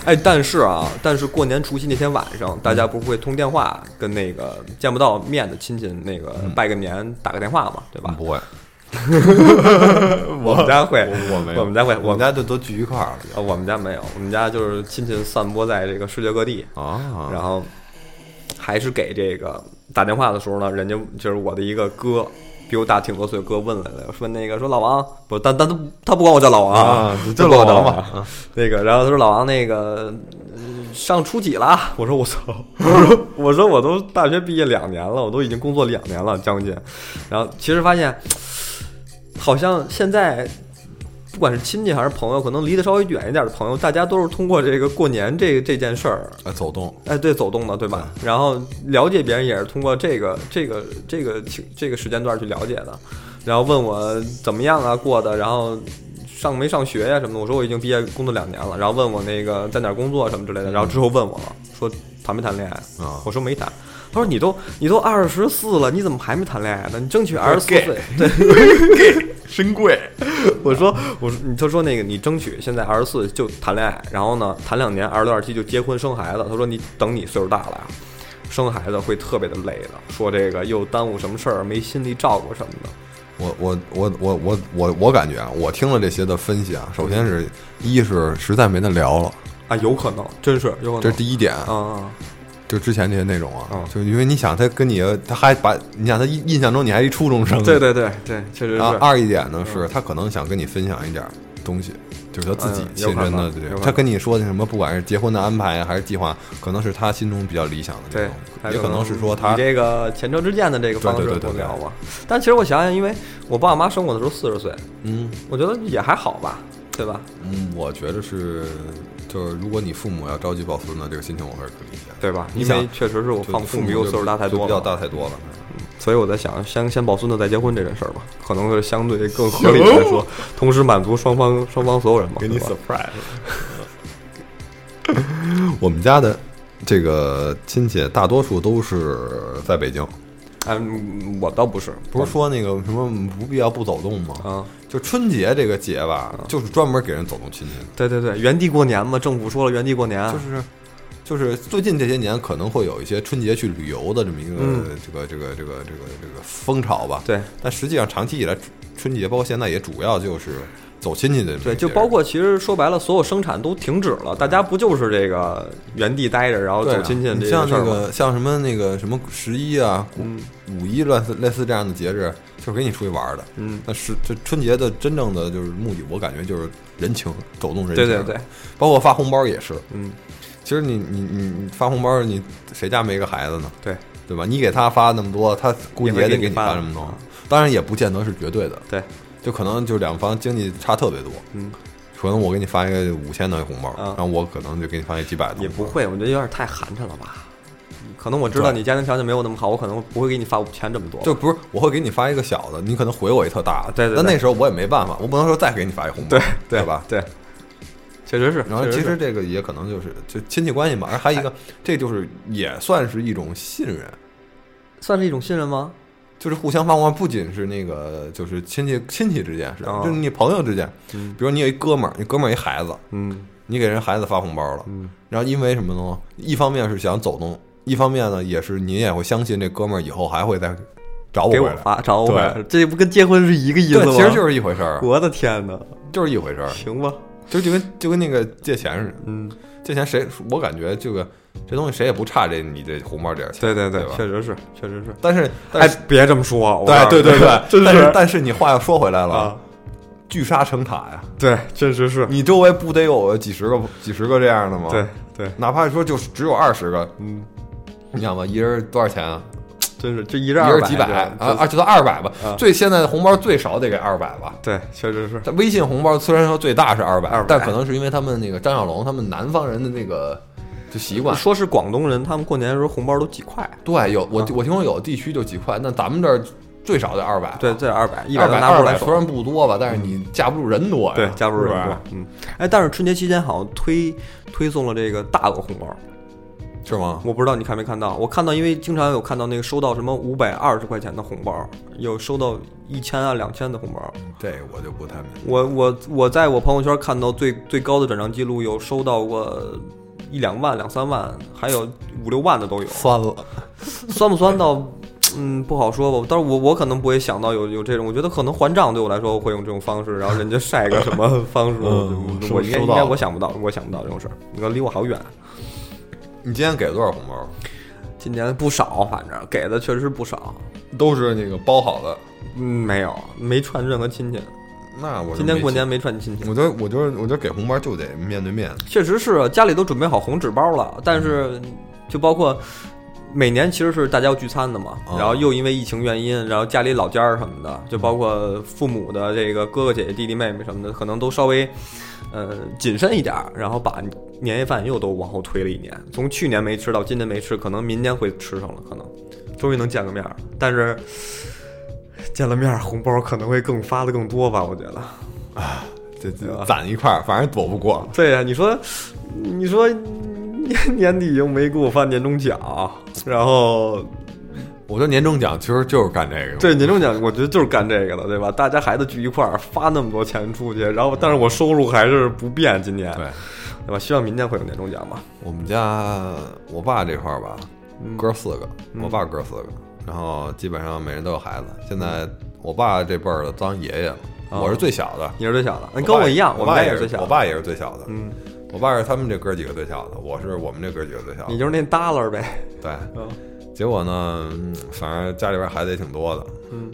[SPEAKER 2] 哎，但是啊，但是过年除夕那天晚上，大
[SPEAKER 3] 嗯
[SPEAKER 2] 家不会通电话跟那个见不到面的亲戚那个
[SPEAKER 3] 嗯
[SPEAKER 2] 拜个年打个电话嘛，对吧？
[SPEAKER 3] 不会，
[SPEAKER 2] 我们家会，
[SPEAKER 3] 我没有，
[SPEAKER 2] 我们家会，
[SPEAKER 3] 我
[SPEAKER 2] 我
[SPEAKER 3] 们家就都聚一块儿
[SPEAKER 2] 呃，我们家没有，我们家就是亲戚散播在这个世界各地，
[SPEAKER 3] 了啊。
[SPEAKER 2] 然后还是给这个打电话的时候呢，人家就是我的一个哥，比我大挺多岁，哥问来了，说那个说老王，不，但但他他不管我叫老王
[SPEAKER 3] 啊就
[SPEAKER 2] 他不管我
[SPEAKER 3] 老
[SPEAKER 2] 叫
[SPEAKER 3] 王
[SPEAKER 2] 老
[SPEAKER 3] 吧
[SPEAKER 2] 王，啊那个，然后他说老王那个呃上初几了？我说我操，我说我都大学毕业两年了，我都已经工作两年了将近，然后其实发现好像现在。不管是亲戚还是朋友，可能离得稍微远一点的朋友，大家都是通过这个过年这这件事儿，
[SPEAKER 3] 哎，走动，
[SPEAKER 2] 哎，对，走动的，对吧？然后了解别人也是通过这个、这个、这个情、这个时间段去了解的，然后问我怎么样啊，过的，然后上没上学呀、什么的。我说我已经毕业工作两年了，然后问我那个在哪儿工作什么之类的，然后之后问我了，说谈没谈恋爱？
[SPEAKER 3] 啊
[SPEAKER 2] 我说没谈。他说你都你都二十四了，你怎么还没谈恋爱呢？你争取二十四
[SPEAKER 3] gay
[SPEAKER 2] 岁。对，
[SPEAKER 3] 深贵。
[SPEAKER 2] 我说
[SPEAKER 3] 啊
[SPEAKER 2] 我说，你他说那个你争取现在二十四就谈恋爱，然后呢谈两年，二十六二十七就结婚生孩子。他说你等你岁数大了啊，生孩子会特别的累的，说这个又耽误什么事儿，没心力照顾什么的。
[SPEAKER 3] 我我我我我我我感觉啊，我听了这些的分析啊，首先是一是实在没得聊了，
[SPEAKER 2] 啊，有可能，真是有可能。
[SPEAKER 3] 这是第一嗯点。
[SPEAKER 2] 啊啊，
[SPEAKER 3] 就之前这些内容啊，
[SPEAKER 2] 嗯
[SPEAKER 3] 就因为你想他跟你，他还把你想他印印象中你还一初中生，
[SPEAKER 2] 嗯对对对对，嗯确实
[SPEAKER 3] 然后
[SPEAKER 2] 是。
[SPEAKER 3] 啊二一点呢是，他可能想跟你分享一点东西，就是他自己
[SPEAKER 2] 嗯有
[SPEAKER 3] 亲身
[SPEAKER 2] 可
[SPEAKER 3] 的
[SPEAKER 2] 能
[SPEAKER 3] 这
[SPEAKER 2] 有
[SPEAKER 3] 种。
[SPEAKER 2] 可能
[SPEAKER 3] 他跟你说的什么，不管是结婚的安排啊还是计划，可能是他心中比较理想的这
[SPEAKER 2] 对
[SPEAKER 3] 种，，
[SPEAKER 2] 还
[SPEAKER 3] 也可能是说他
[SPEAKER 2] 以这个前车之鉴的这个方式
[SPEAKER 3] 对对对对
[SPEAKER 2] 不
[SPEAKER 3] 对
[SPEAKER 2] 聊嘛。但其实我想想，因为我爸我妈生我的时候四十岁，
[SPEAKER 3] 嗯
[SPEAKER 2] 我觉得也还好吧，对吧？
[SPEAKER 3] 嗯，我觉得是，就是如果你父母要着急抱孙子，这个心情我还是可以理解的。
[SPEAKER 2] 对吧？
[SPEAKER 3] 你
[SPEAKER 2] 因
[SPEAKER 3] 想
[SPEAKER 2] 为确实是我
[SPEAKER 3] 就
[SPEAKER 2] 放
[SPEAKER 3] 你
[SPEAKER 2] 父
[SPEAKER 3] 父
[SPEAKER 2] 母
[SPEAKER 3] 母
[SPEAKER 2] 比我岁数大太多
[SPEAKER 3] 比较
[SPEAKER 2] 了，
[SPEAKER 3] 大太多了。
[SPEAKER 2] 所以我在想，先先抱孙子再结婚这件事儿吧，可能是相对更合理的来说，同时满足双方双方所有人嘛，
[SPEAKER 4] 给你
[SPEAKER 2] 对吧
[SPEAKER 4] surprise，
[SPEAKER 3] 我们家的这个亲戚大多数都是在北京，
[SPEAKER 2] 嗯，我倒不是，
[SPEAKER 3] 不是说那个什么不必要不走动吗？
[SPEAKER 2] 啊，
[SPEAKER 3] 就春节这个节
[SPEAKER 2] 啊
[SPEAKER 3] 吧，就是专门给人走动亲戚的。
[SPEAKER 2] 对对对，原地过年嘛，政府说了原地过年，
[SPEAKER 3] 就是就是最近这些年可能会有一些春节去旅游的这么一个、这个这个这个这个这个风潮吧。
[SPEAKER 2] 嗯对，
[SPEAKER 3] 但实际上长期以来，春节包括现在也主要就是走亲戚的这么一
[SPEAKER 2] 对，
[SPEAKER 3] 个
[SPEAKER 2] 就
[SPEAKER 3] 节日
[SPEAKER 2] 包括其实说白了，所有生产都停止了，大家不就是这个原地待着，然后
[SPEAKER 3] 哎对啊
[SPEAKER 2] 哦走亲戚
[SPEAKER 3] 你
[SPEAKER 2] 这
[SPEAKER 3] 像
[SPEAKER 2] 个事
[SPEAKER 3] 那
[SPEAKER 2] 儿吗？嗯
[SPEAKER 3] 个像什么那个什么十一啊、五五一乱似类似这样的节日，就是给你出去玩儿的。
[SPEAKER 2] 嗯，
[SPEAKER 3] 那是这春节的真正的就是目的，我感觉就是人情，走动人情。
[SPEAKER 2] 对
[SPEAKER 3] 啊
[SPEAKER 2] 对对，
[SPEAKER 3] 包括发红包也是。
[SPEAKER 2] 嗯，
[SPEAKER 3] 其实你你你你发红包，你谁家没个孩子呢？
[SPEAKER 2] 对
[SPEAKER 3] 对吧？你给他发那么多，他估计
[SPEAKER 2] 也会
[SPEAKER 3] 也得
[SPEAKER 2] 给你
[SPEAKER 3] 你
[SPEAKER 2] 发
[SPEAKER 3] 发
[SPEAKER 2] 的
[SPEAKER 3] 这么多。当然也不见得是绝对的，
[SPEAKER 2] 对，
[SPEAKER 3] 就可能就两方经济差特别多。
[SPEAKER 2] 嗯，
[SPEAKER 3] 可能我给你发一个五千的红包，
[SPEAKER 2] 啊
[SPEAKER 3] 然后我可能就给你发一几百的红包。
[SPEAKER 2] 也不会，我觉得有点太寒碜了吧。可能我知道
[SPEAKER 3] 对
[SPEAKER 2] 你家庭条件没有那么好，我可能不会给你发五千这么多。
[SPEAKER 3] 就不是我会给你发一个小的，你可能回我一特大的，
[SPEAKER 2] 对对对
[SPEAKER 3] 但那时候我也没办法，我不能说再给你发一红包，
[SPEAKER 2] 对
[SPEAKER 3] 对
[SPEAKER 2] 对
[SPEAKER 3] 吧？
[SPEAKER 2] 对，确实是。
[SPEAKER 3] 然后
[SPEAKER 2] 确
[SPEAKER 3] 其
[SPEAKER 2] 是哎
[SPEAKER 3] 实这个也可能就是就亲戚关系嘛，然后还有一个，这就是也算是一种信任，
[SPEAKER 2] 算是一种信任吗？
[SPEAKER 3] 就是互相帮忙，不仅是那个就是亲戚亲戚之间是，
[SPEAKER 2] 哦
[SPEAKER 3] 就是你朋友之间，
[SPEAKER 2] 嗯
[SPEAKER 3] 比如你有一哥们儿，你哥们儿一孩子，
[SPEAKER 2] 嗯
[SPEAKER 3] 你给人孩子发红包了，
[SPEAKER 2] 嗯
[SPEAKER 3] 然后因为什么呢？一方面是想走动，一方面呢也是您也会相信这哥们儿以后还会再找我
[SPEAKER 2] 给
[SPEAKER 3] 回
[SPEAKER 2] 我
[SPEAKER 3] 来，
[SPEAKER 2] 发找我
[SPEAKER 3] 对
[SPEAKER 2] 回来，这不跟结婚是一个意思
[SPEAKER 3] 对
[SPEAKER 2] 吗？，
[SPEAKER 3] 其实就是一回事儿，
[SPEAKER 2] 我的天哪，
[SPEAKER 3] 就是一回事儿。
[SPEAKER 2] 行吧，
[SPEAKER 3] 就就跟就跟那个借钱似的，
[SPEAKER 2] 嗯，
[SPEAKER 3] 借钱谁我感觉这个这东西谁也不差这你这红包这点钱，
[SPEAKER 2] 对对对，
[SPEAKER 3] 吧？
[SPEAKER 2] 确实是，确实是。
[SPEAKER 3] 但是
[SPEAKER 2] 哎
[SPEAKER 3] 但是、，
[SPEAKER 2] 别这么说，我告
[SPEAKER 3] 对
[SPEAKER 2] 诉
[SPEAKER 3] 对对
[SPEAKER 2] 你
[SPEAKER 3] 对，
[SPEAKER 4] 真
[SPEAKER 3] 但是
[SPEAKER 4] 是
[SPEAKER 3] 但是你话又说回来了，
[SPEAKER 2] 啊，
[SPEAKER 3] 聚沙成塔呀，
[SPEAKER 2] 对，确实是，
[SPEAKER 3] 你周围不得有几十个几十个这样的吗？
[SPEAKER 2] 对，对，
[SPEAKER 3] 哪怕说就只有二十个，
[SPEAKER 2] 嗯，
[SPEAKER 3] 你想吧，一人多少钱啊？
[SPEAKER 2] 真是这一人
[SPEAKER 3] 一
[SPEAKER 2] 二
[SPEAKER 3] 人几百啊？
[SPEAKER 2] 这
[SPEAKER 3] 啊，就到二百吧。
[SPEAKER 2] 啊
[SPEAKER 3] 最现在的红包最少得给二百吧。
[SPEAKER 2] 对，确实是，
[SPEAKER 3] 但微信红包虽然说最大是二百，
[SPEAKER 2] 200
[SPEAKER 3] 但可能是因为他们那个张小龙他们南方人的那个就习惯，
[SPEAKER 2] 说是广东人，他们过年的时候红包都几块，
[SPEAKER 3] 对，有
[SPEAKER 2] 嗯
[SPEAKER 3] 我我听说有地区就几块，那咱们这儿最少得二百，
[SPEAKER 2] 对，这二百，一
[SPEAKER 3] 二
[SPEAKER 2] 都
[SPEAKER 3] 百
[SPEAKER 2] 拿
[SPEAKER 3] 二
[SPEAKER 2] 不出
[SPEAKER 3] 百
[SPEAKER 2] 来
[SPEAKER 3] 虽
[SPEAKER 2] 手，
[SPEAKER 3] 然不多吧，但是你架不住人多呀，
[SPEAKER 2] 对，架不住
[SPEAKER 3] 是
[SPEAKER 2] 人
[SPEAKER 3] 吧
[SPEAKER 2] 多，嗯，哎，但是春节期间好像推推送了这个大额红包，
[SPEAKER 3] 是吗？
[SPEAKER 2] 我不知道你看没看到，我看到，因为经常有看到那个收到什么五百二十块钱的红包，有收到一千啊两千的红包，
[SPEAKER 3] 这我就不太明白。
[SPEAKER 2] 我我我在我朋友圈看到最最高的转账记录有收到过一两万、两三万，还有五六万的都有，
[SPEAKER 3] 酸了，
[SPEAKER 2] 酸不酸到，嗯，不好说吧。但是我我可能不会想到有有这种，我觉得可能还账对我来说我会用这种方式，然后人家晒个什么方式，
[SPEAKER 3] 嗯
[SPEAKER 2] 我
[SPEAKER 3] 收
[SPEAKER 2] 我应该
[SPEAKER 3] 收
[SPEAKER 2] 应
[SPEAKER 3] 到
[SPEAKER 2] 该
[SPEAKER 3] 了
[SPEAKER 2] 我想不到，我想不到这种事儿，你看离我好远。
[SPEAKER 3] 你今天给了多少红包？
[SPEAKER 2] 今年不少，反正给的确实不少。
[SPEAKER 3] 都是那个包好的。
[SPEAKER 2] 嗯，没有，没串任何亲戚。
[SPEAKER 3] 那我就
[SPEAKER 2] 今年
[SPEAKER 3] 没
[SPEAKER 2] 过年
[SPEAKER 3] 劲，
[SPEAKER 2] 没串亲戚，
[SPEAKER 3] 我就我就是我就给红包就得面对面。
[SPEAKER 2] 确实是啊家里都准备好红纸包了，但是
[SPEAKER 3] 嗯
[SPEAKER 2] 就包括每年其实是大家要聚餐的嘛，
[SPEAKER 3] 啊
[SPEAKER 2] 然后又因为疫情原因，然后家里老家儿什么
[SPEAKER 3] 嗯
[SPEAKER 2] 的，就包括父母的这个哥哥姐姐、弟弟妹妹什么的，可能都稍微呃谨慎一点儿，然后把年夜饭又都往后推了一年，从去年没吃到今年没吃，可能明年会吃上了，可能终于能见个面儿，但是。见了面儿，红包可能会更发的更多吧，我觉得。
[SPEAKER 3] 这
[SPEAKER 2] 对吧
[SPEAKER 3] 这攒一块儿，反正躲不过。
[SPEAKER 2] 对啊呀、你说，你说年 年底又没给我发年终奖，然后
[SPEAKER 3] 我觉得年终奖其实就是干这个。
[SPEAKER 2] 对年终奖，我觉得就是干这个的，对吧？大家孩子聚一块儿，发那么多钱出去，然后但是我收入还是不变，今年
[SPEAKER 3] 对，
[SPEAKER 2] 对吧？希望明年会有年终奖吧。
[SPEAKER 3] 我们家我爸这块儿吧，
[SPEAKER 2] 嗯
[SPEAKER 3] 哥四个，我爸哥四个，然后基本上每人都有孩子。现在我爸这辈儿的当爷爷了，
[SPEAKER 2] 啊
[SPEAKER 3] 我是最小的。
[SPEAKER 2] 你是最小的，你跟我一样，
[SPEAKER 3] 我
[SPEAKER 2] 们
[SPEAKER 3] 爸
[SPEAKER 2] 家
[SPEAKER 3] 也
[SPEAKER 2] 是最小的。
[SPEAKER 3] 我爸也是最小的。
[SPEAKER 2] 嗯，
[SPEAKER 3] 我爸是他们这哥几个最小的，我是我们这哥几个最小
[SPEAKER 2] 你
[SPEAKER 3] 的。
[SPEAKER 2] 就是那耷拉儿呗。
[SPEAKER 3] 对，
[SPEAKER 2] 嗯
[SPEAKER 3] 结果呢，嗯反正家里边孩子也挺多的，
[SPEAKER 2] 嗯，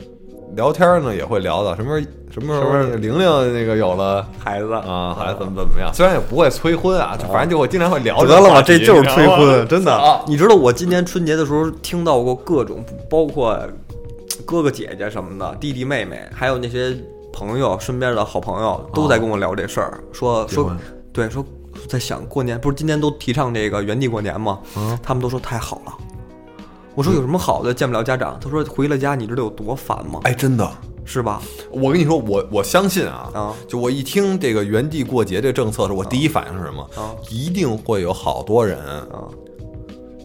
[SPEAKER 3] 聊天呢也会聊到什么时候什么时
[SPEAKER 2] 什
[SPEAKER 3] 候
[SPEAKER 2] 么时候
[SPEAKER 3] 玲玲那个有了。
[SPEAKER 2] 孩子
[SPEAKER 3] 啊，孩子怎么怎么样？虽然也不会催婚啊，就反正就会经常会聊。
[SPEAKER 2] 哦得了吧，这就是
[SPEAKER 4] 你
[SPEAKER 2] 催
[SPEAKER 4] 知道吗
[SPEAKER 2] 婚，真的
[SPEAKER 3] 啊。
[SPEAKER 2] 你知道我今年春节的时候听到过各种，包括哥哥姐姐什么的，弟弟妹妹，还有那些朋友身边的好朋友，都在跟我聊这事儿，说
[SPEAKER 3] 啊结
[SPEAKER 2] 说
[SPEAKER 3] 婚，
[SPEAKER 2] 对，说在想过年，不是今年都提倡这个原地过年吗？
[SPEAKER 3] 嗯
[SPEAKER 2] 他们都说太好了。我说有什么好的，见不了家长。他说回了家，你知道有多烦吗？
[SPEAKER 3] 哎，真的，
[SPEAKER 2] 是吧？
[SPEAKER 3] 我跟你说，我我相信啊，
[SPEAKER 2] 啊
[SPEAKER 3] 就我一听这个原地过节这政策的时候，我第一反应是什么？
[SPEAKER 2] 啊
[SPEAKER 3] 一定会有好多人
[SPEAKER 2] 啊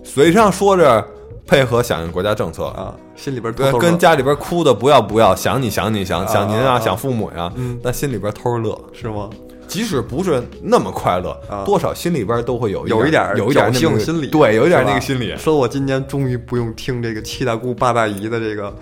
[SPEAKER 3] 嘴上说着配合响应国家政策，
[SPEAKER 2] 啊，心里边偷
[SPEAKER 3] 对，
[SPEAKER 2] 偷乐
[SPEAKER 3] 跟家里边哭的不要不要，想你想你想想您
[SPEAKER 2] 啊
[SPEAKER 3] 啊，
[SPEAKER 2] 啊
[SPEAKER 3] 想父母呀，但心里边偷着乐。
[SPEAKER 2] 是吗？
[SPEAKER 3] 即使不是那么快乐，
[SPEAKER 2] 啊
[SPEAKER 3] 多少心里边都会有
[SPEAKER 2] 有
[SPEAKER 3] 一
[SPEAKER 2] 一点儿
[SPEAKER 3] 有一点儿
[SPEAKER 2] 侥
[SPEAKER 3] 那
[SPEAKER 2] 幸
[SPEAKER 3] 么个
[SPEAKER 2] 心理
[SPEAKER 3] 对，有一点儿
[SPEAKER 2] 是吧
[SPEAKER 3] 那个心理。
[SPEAKER 2] 说我今年终于不用听这个七大姑八大姨的这个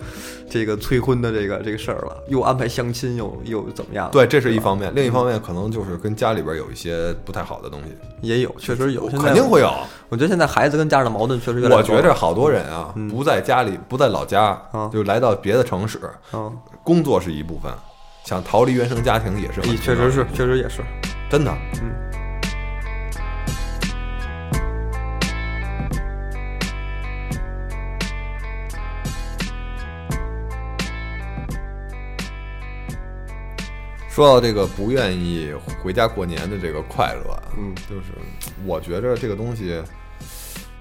[SPEAKER 2] 这个催婚的这个这个事儿了，又安排相亲，又又怎么样？
[SPEAKER 3] 对，，这是一方面，另一方面可能就是跟家里边有一些不太好的东西，
[SPEAKER 2] 也有，确实有，现在
[SPEAKER 3] 肯定会有。
[SPEAKER 2] 我觉得现在孩子跟家长的矛盾确实越来越
[SPEAKER 3] 我
[SPEAKER 2] 多了
[SPEAKER 3] 觉着好多人啊，
[SPEAKER 2] 嗯
[SPEAKER 3] 不在家里，不在老家
[SPEAKER 2] 啊，
[SPEAKER 3] 就来到别的城市，
[SPEAKER 2] 嗯，
[SPEAKER 3] 工作是一部分，想逃离原生家庭也是很
[SPEAKER 2] 也确实是，确实也是。
[SPEAKER 3] 真的。说到这个不愿意回家过年的这个快乐，嗯，就是我觉着这个东西，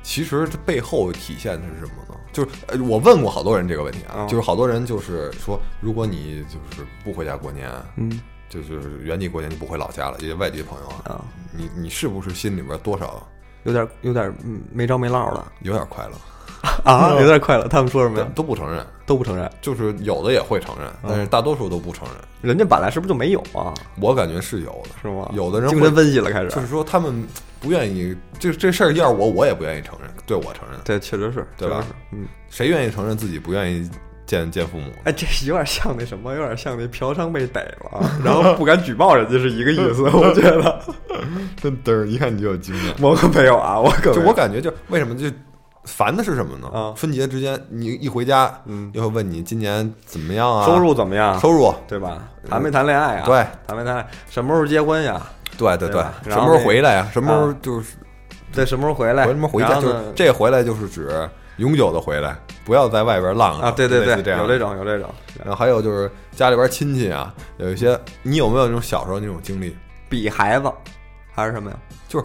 [SPEAKER 3] 其实这背后体现的是什么呢？就是呃我问过好多人这个问题
[SPEAKER 2] 嗯
[SPEAKER 3] 啊，就是好多人就是说，如果你就是不回家过年，嗯，就是原地过年，你不回老家了，也些外地朋友啊，
[SPEAKER 2] 啊，
[SPEAKER 3] 你你是不是心里边多少
[SPEAKER 2] 有点有点嗯没着没落 了
[SPEAKER 3] 有点快乐？
[SPEAKER 2] 啊，有点快乐。他们说什么呀？
[SPEAKER 3] 都不承认，
[SPEAKER 2] 都不承认，
[SPEAKER 3] 就是有的也会承认，但是大多数都不承认。
[SPEAKER 2] 人家本来是不是就没有啊？
[SPEAKER 3] 我感觉是有的，
[SPEAKER 2] 是吗？
[SPEAKER 3] 有的人
[SPEAKER 2] 精
[SPEAKER 3] 会
[SPEAKER 2] 神分析了，开始。
[SPEAKER 3] 就是说他们不愿意，这这事儿要是我，我也不愿意承认，对我承认，
[SPEAKER 2] 对，确实是，
[SPEAKER 3] 对吧
[SPEAKER 2] 确实是嗯，
[SPEAKER 3] 谁愿意承认自己不愿意见见父母？
[SPEAKER 2] 哎，这有点像那什么，有点像那嫖娼被逮了，啊然后不敢举报人家是一个意思。我觉得
[SPEAKER 3] 真嘚儿，一看你就有经验。
[SPEAKER 2] 我可没有啊，我可
[SPEAKER 3] 就
[SPEAKER 2] 没
[SPEAKER 3] 我
[SPEAKER 2] 有
[SPEAKER 3] 感觉，就为什么就烦的是什么呢？
[SPEAKER 2] 啊
[SPEAKER 3] 春节之间你一回家，嗯，就会问你今年怎么样啊？
[SPEAKER 2] 收入怎么样？
[SPEAKER 3] 收入，啊
[SPEAKER 2] 对吧？谈没谈恋爱啊？
[SPEAKER 3] 对
[SPEAKER 2] 谈没谈恋爱？什么时候结婚呀？
[SPEAKER 3] 对
[SPEAKER 2] 对
[SPEAKER 3] 对对
[SPEAKER 2] 吧，
[SPEAKER 3] 什
[SPEAKER 2] 然
[SPEAKER 3] 么
[SPEAKER 2] 后
[SPEAKER 3] 时候
[SPEAKER 2] 那
[SPEAKER 3] 回来呀？什么时候
[SPEAKER 2] 啊
[SPEAKER 3] 就是
[SPEAKER 2] 对，什么时候回来？
[SPEAKER 3] 回什么时候回
[SPEAKER 2] 哎然
[SPEAKER 3] 家？
[SPEAKER 2] 后
[SPEAKER 3] 就是
[SPEAKER 2] 呢
[SPEAKER 3] 这回来就是指永久的回来，不要在外边浪了
[SPEAKER 2] 啊？对对
[SPEAKER 3] 类
[SPEAKER 2] 对
[SPEAKER 3] 似，这样
[SPEAKER 2] 有这种有这种
[SPEAKER 3] 然后还有就是家里边亲戚啊，有一些你有没有那种小时候那种经历？
[SPEAKER 2] 比孩子还是什么呀？
[SPEAKER 3] 就是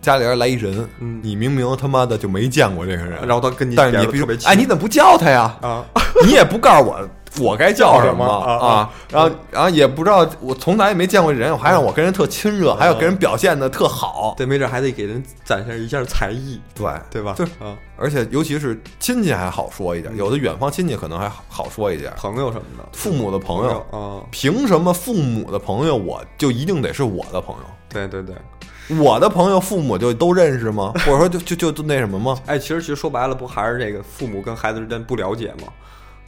[SPEAKER 3] 家里边来一人，
[SPEAKER 2] 嗯
[SPEAKER 3] 你明明他妈的就没见过这个人，
[SPEAKER 2] 然后他跟你
[SPEAKER 3] 但是
[SPEAKER 2] 聊
[SPEAKER 3] 你
[SPEAKER 2] 得
[SPEAKER 3] 比如
[SPEAKER 2] 特别亲
[SPEAKER 3] 哎，你怎么不叫他呀？
[SPEAKER 2] 啊，
[SPEAKER 3] 你也不告诉我我该叫什
[SPEAKER 2] 叫什
[SPEAKER 3] 么
[SPEAKER 2] 么啊
[SPEAKER 3] 啊？然后然后也不知道我从来也没见过人，我还让我跟人特亲热，还要跟人表现的特好，
[SPEAKER 2] 对，没准还得给人展现一下才艺，
[SPEAKER 3] 对
[SPEAKER 2] 对吧？
[SPEAKER 3] 就是
[SPEAKER 2] 啊，
[SPEAKER 3] 而且尤其是亲戚还好说一
[SPEAKER 2] 嗯
[SPEAKER 3] 点，有的远方亲戚可能还好好说一点，
[SPEAKER 2] 朋友什么的，
[SPEAKER 3] 父母的朋友。
[SPEAKER 2] 啊，
[SPEAKER 3] 凭什么父母的朋友我就一定得是我的朋友？
[SPEAKER 2] 对对对。
[SPEAKER 3] 我的朋友父母就都认识吗？或者说就就就就那什么吗？
[SPEAKER 2] 哎，其实其实说白了，不还是这个父母跟孩子之间不了解吗？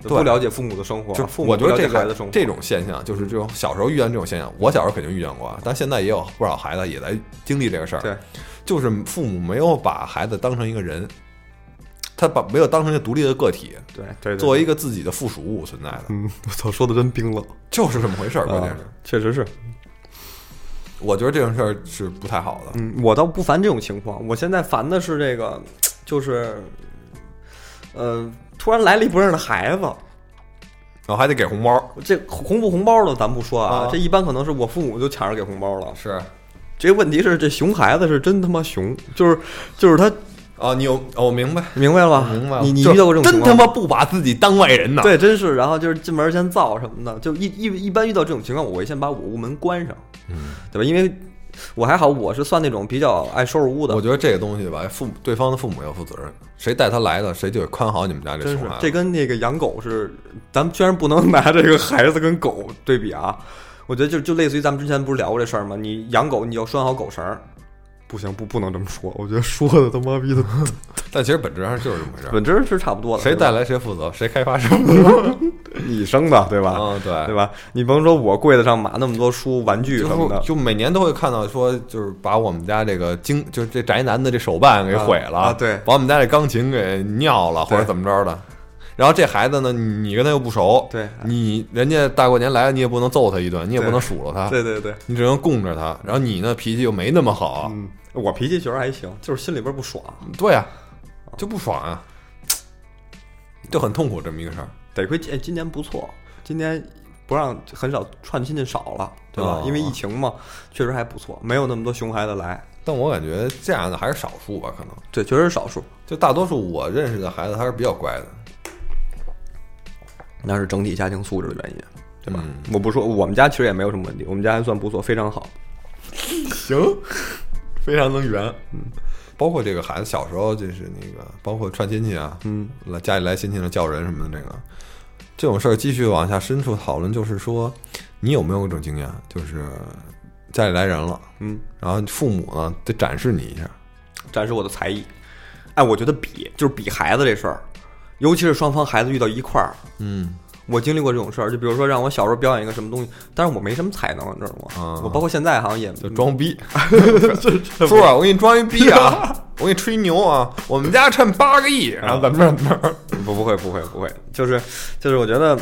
[SPEAKER 2] 就
[SPEAKER 3] 对
[SPEAKER 2] 不了解父母的生活，
[SPEAKER 3] 就
[SPEAKER 2] 啊父母
[SPEAKER 3] 我觉得
[SPEAKER 2] 不了
[SPEAKER 3] 这
[SPEAKER 2] 解孩子的生
[SPEAKER 3] 个
[SPEAKER 2] 活
[SPEAKER 3] 这种现象，就是这种小时候遇见这种现象，我小时候肯定遇见过啊，但现在也有不少孩子也在经历这个事儿，
[SPEAKER 2] 对
[SPEAKER 3] 就是父母没有把孩子当成一个人，他把没有当成一个独立的个体，
[SPEAKER 2] 对对，
[SPEAKER 3] 作为一
[SPEAKER 2] 个
[SPEAKER 3] 个自己的附属物存在的，
[SPEAKER 2] 嗯，我操，说的真冰冷，
[SPEAKER 3] 就是这么回事儿。关键
[SPEAKER 2] 啊
[SPEAKER 3] 是，
[SPEAKER 2] 确实是，
[SPEAKER 3] 我觉得这种事儿是不太好的。
[SPEAKER 2] 嗯，我倒不烦这种情况，我现在烦的是这个，就是，呃，突然来了一不认识的孩子，
[SPEAKER 3] 然后还得给红包，
[SPEAKER 2] 这红不红包的咱不说啊，
[SPEAKER 3] 啊
[SPEAKER 2] 这一般可能是我父母就抢着给红包了。
[SPEAKER 3] 是
[SPEAKER 2] 这问题是这熊孩子是真他妈熊，就是就是他，
[SPEAKER 3] 啊，你有哦，我明白，
[SPEAKER 2] 明白了吧？
[SPEAKER 3] 明白了。
[SPEAKER 2] 你你
[SPEAKER 3] 就
[SPEAKER 2] 遇到过这种情
[SPEAKER 3] 真他
[SPEAKER 2] 况吗？
[SPEAKER 3] 妈不把自己当外哎人呐！，
[SPEAKER 2] 对，真是。然后就是进门先造什么的，就一一一般遇到这种情况，我会先把我屋门关上，
[SPEAKER 3] 嗯
[SPEAKER 2] 对吧？因为我还好，我是算那种比较爱收拾屋的
[SPEAKER 3] 我。觉得这个东西吧，父母对方的父母要负责任，谁带他来的，谁就得看好你们家这
[SPEAKER 2] 真是
[SPEAKER 3] 熊孩，子
[SPEAKER 2] 这。跟那个养狗是，咱们居然不能 拿这个孩子跟狗对比啊！我觉得就就类似于咱们之前不是聊过这事儿吗？你养狗，你要拴好狗绳儿，不行，不不能这么说。我觉得说的他妈逼的，
[SPEAKER 3] 但其实本质上就是这么回事儿，
[SPEAKER 2] 本质是差不多的。
[SPEAKER 3] 谁
[SPEAKER 2] 对吧
[SPEAKER 3] 带来谁负责，谁开发谁负责。
[SPEAKER 2] 你生的，对吧？
[SPEAKER 3] 嗯，对
[SPEAKER 2] 对。吧？你甭说我柜子上码那么多书、玩具
[SPEAKER 3] 就
[SPEAKER 2] 什么的，
[SPEAKER 3] 就每年都会看到说，就是把我们家这个经，就是这宅男的这手办给毁了
[SPEAKER 2] 啊啊对
[SPEAKER 3] 把我们家这钢琴给尿了，或者怎么着的。然后这孩子呢，你你跟他又不熟，
[SPEAKER 2] 对
[SPEAKER 3] 你人家大过年来了，你也不能揍他一顿，你也
[SPEAKER 2] 对
[SPEAKER 3] 不能数落他，
[SPEAKER 2] 对对对。
[SPEAKER 3] 你只能供着他。然后你呢，脾气又没那么好，
[SPEAKER 2] 嗯，我脾气确实还行，就是心里边不爽，
[SPEAKER 3] 对啊，就不爽啊，就很痛苦这么一个事儿。
[SPEAKER 2] 得亏哎今今年不错，今年不让很少串亲戚少了，对吧？
[SPEAKER 3] 哦
[SPEAKER 2] 因为疫情嘛，确实还不错，没有那么多熊孩子来，
[SPEAKER 3] 但我感觉这样的还是少数吧，可能
[SPEAKER 2] 对，确实是少数，
[SPEAKER 3] 就大多数我认识的孩子还是比较乖的。
[SPEAKER 2] 那是整体家庭素质的原因，对吧？
[SPEAKER 3] 嗯
[SPEAKER 2] 我不说，我们家其实也没有什么问题，我们家还算不错，非常好。
[SPEAKER 3] 行，非常能圆。嗯，包括这个孩子小时候就是那个，包括串亲戚啊，嗯，来家里来亲戚了叫人什么的，这个这种事儿继续往下深处讨论，就是说你有没有一种经验，就是家里来人了，嗯，然后父母呢得展示你一下，
[SPEAKER 2] 展示我的才艺。哎，我觉得比就是比孩子这事儿，尤其是双方孩子遇到一块儿，
[SPEAKER 3] 嗯，
[SPEAKER 2] 我经历过这种事儿。就比如说让我小时候表演一个什么东西，但是我没什么才能，你知道吗？
[SPEAKER 3] 啊
[SPEAKER 2] 我包括现在好像也
[SPEAKER 3] 嗯 就装逼。叔啊，我给你装一逼啊，我给你吹牛啊，我们家趁八个亿，然后啊怎么着怎么着，
[SPEAKER 2] 不不会不会不会，就是就是我觉得，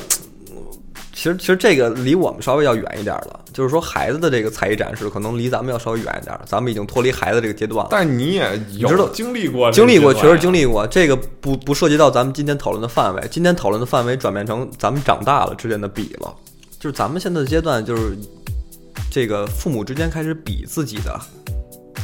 [SPEAKER 2] 其实其实这个离我们稍微要远一点了。就是说孩子的这个才艺展示，可能离咱们要稍微远一点，咱们已经脱离孩子这个阶段了。
[SPEAKER 3] 但是你也有
[SPEAKER 2] 知道
[SPEAKER 1] 经历过，
[SPEAKER 2] 经历过，确实
[SPEAKER 1] 历。
[SPEAKER 2] 经历过，这个不不涉及到咱们今天讨论的范围。今天讨论的范围转变成咱们长大了之间的比了，就是咱们现在的阶段，就是这个父母之间开始比自己的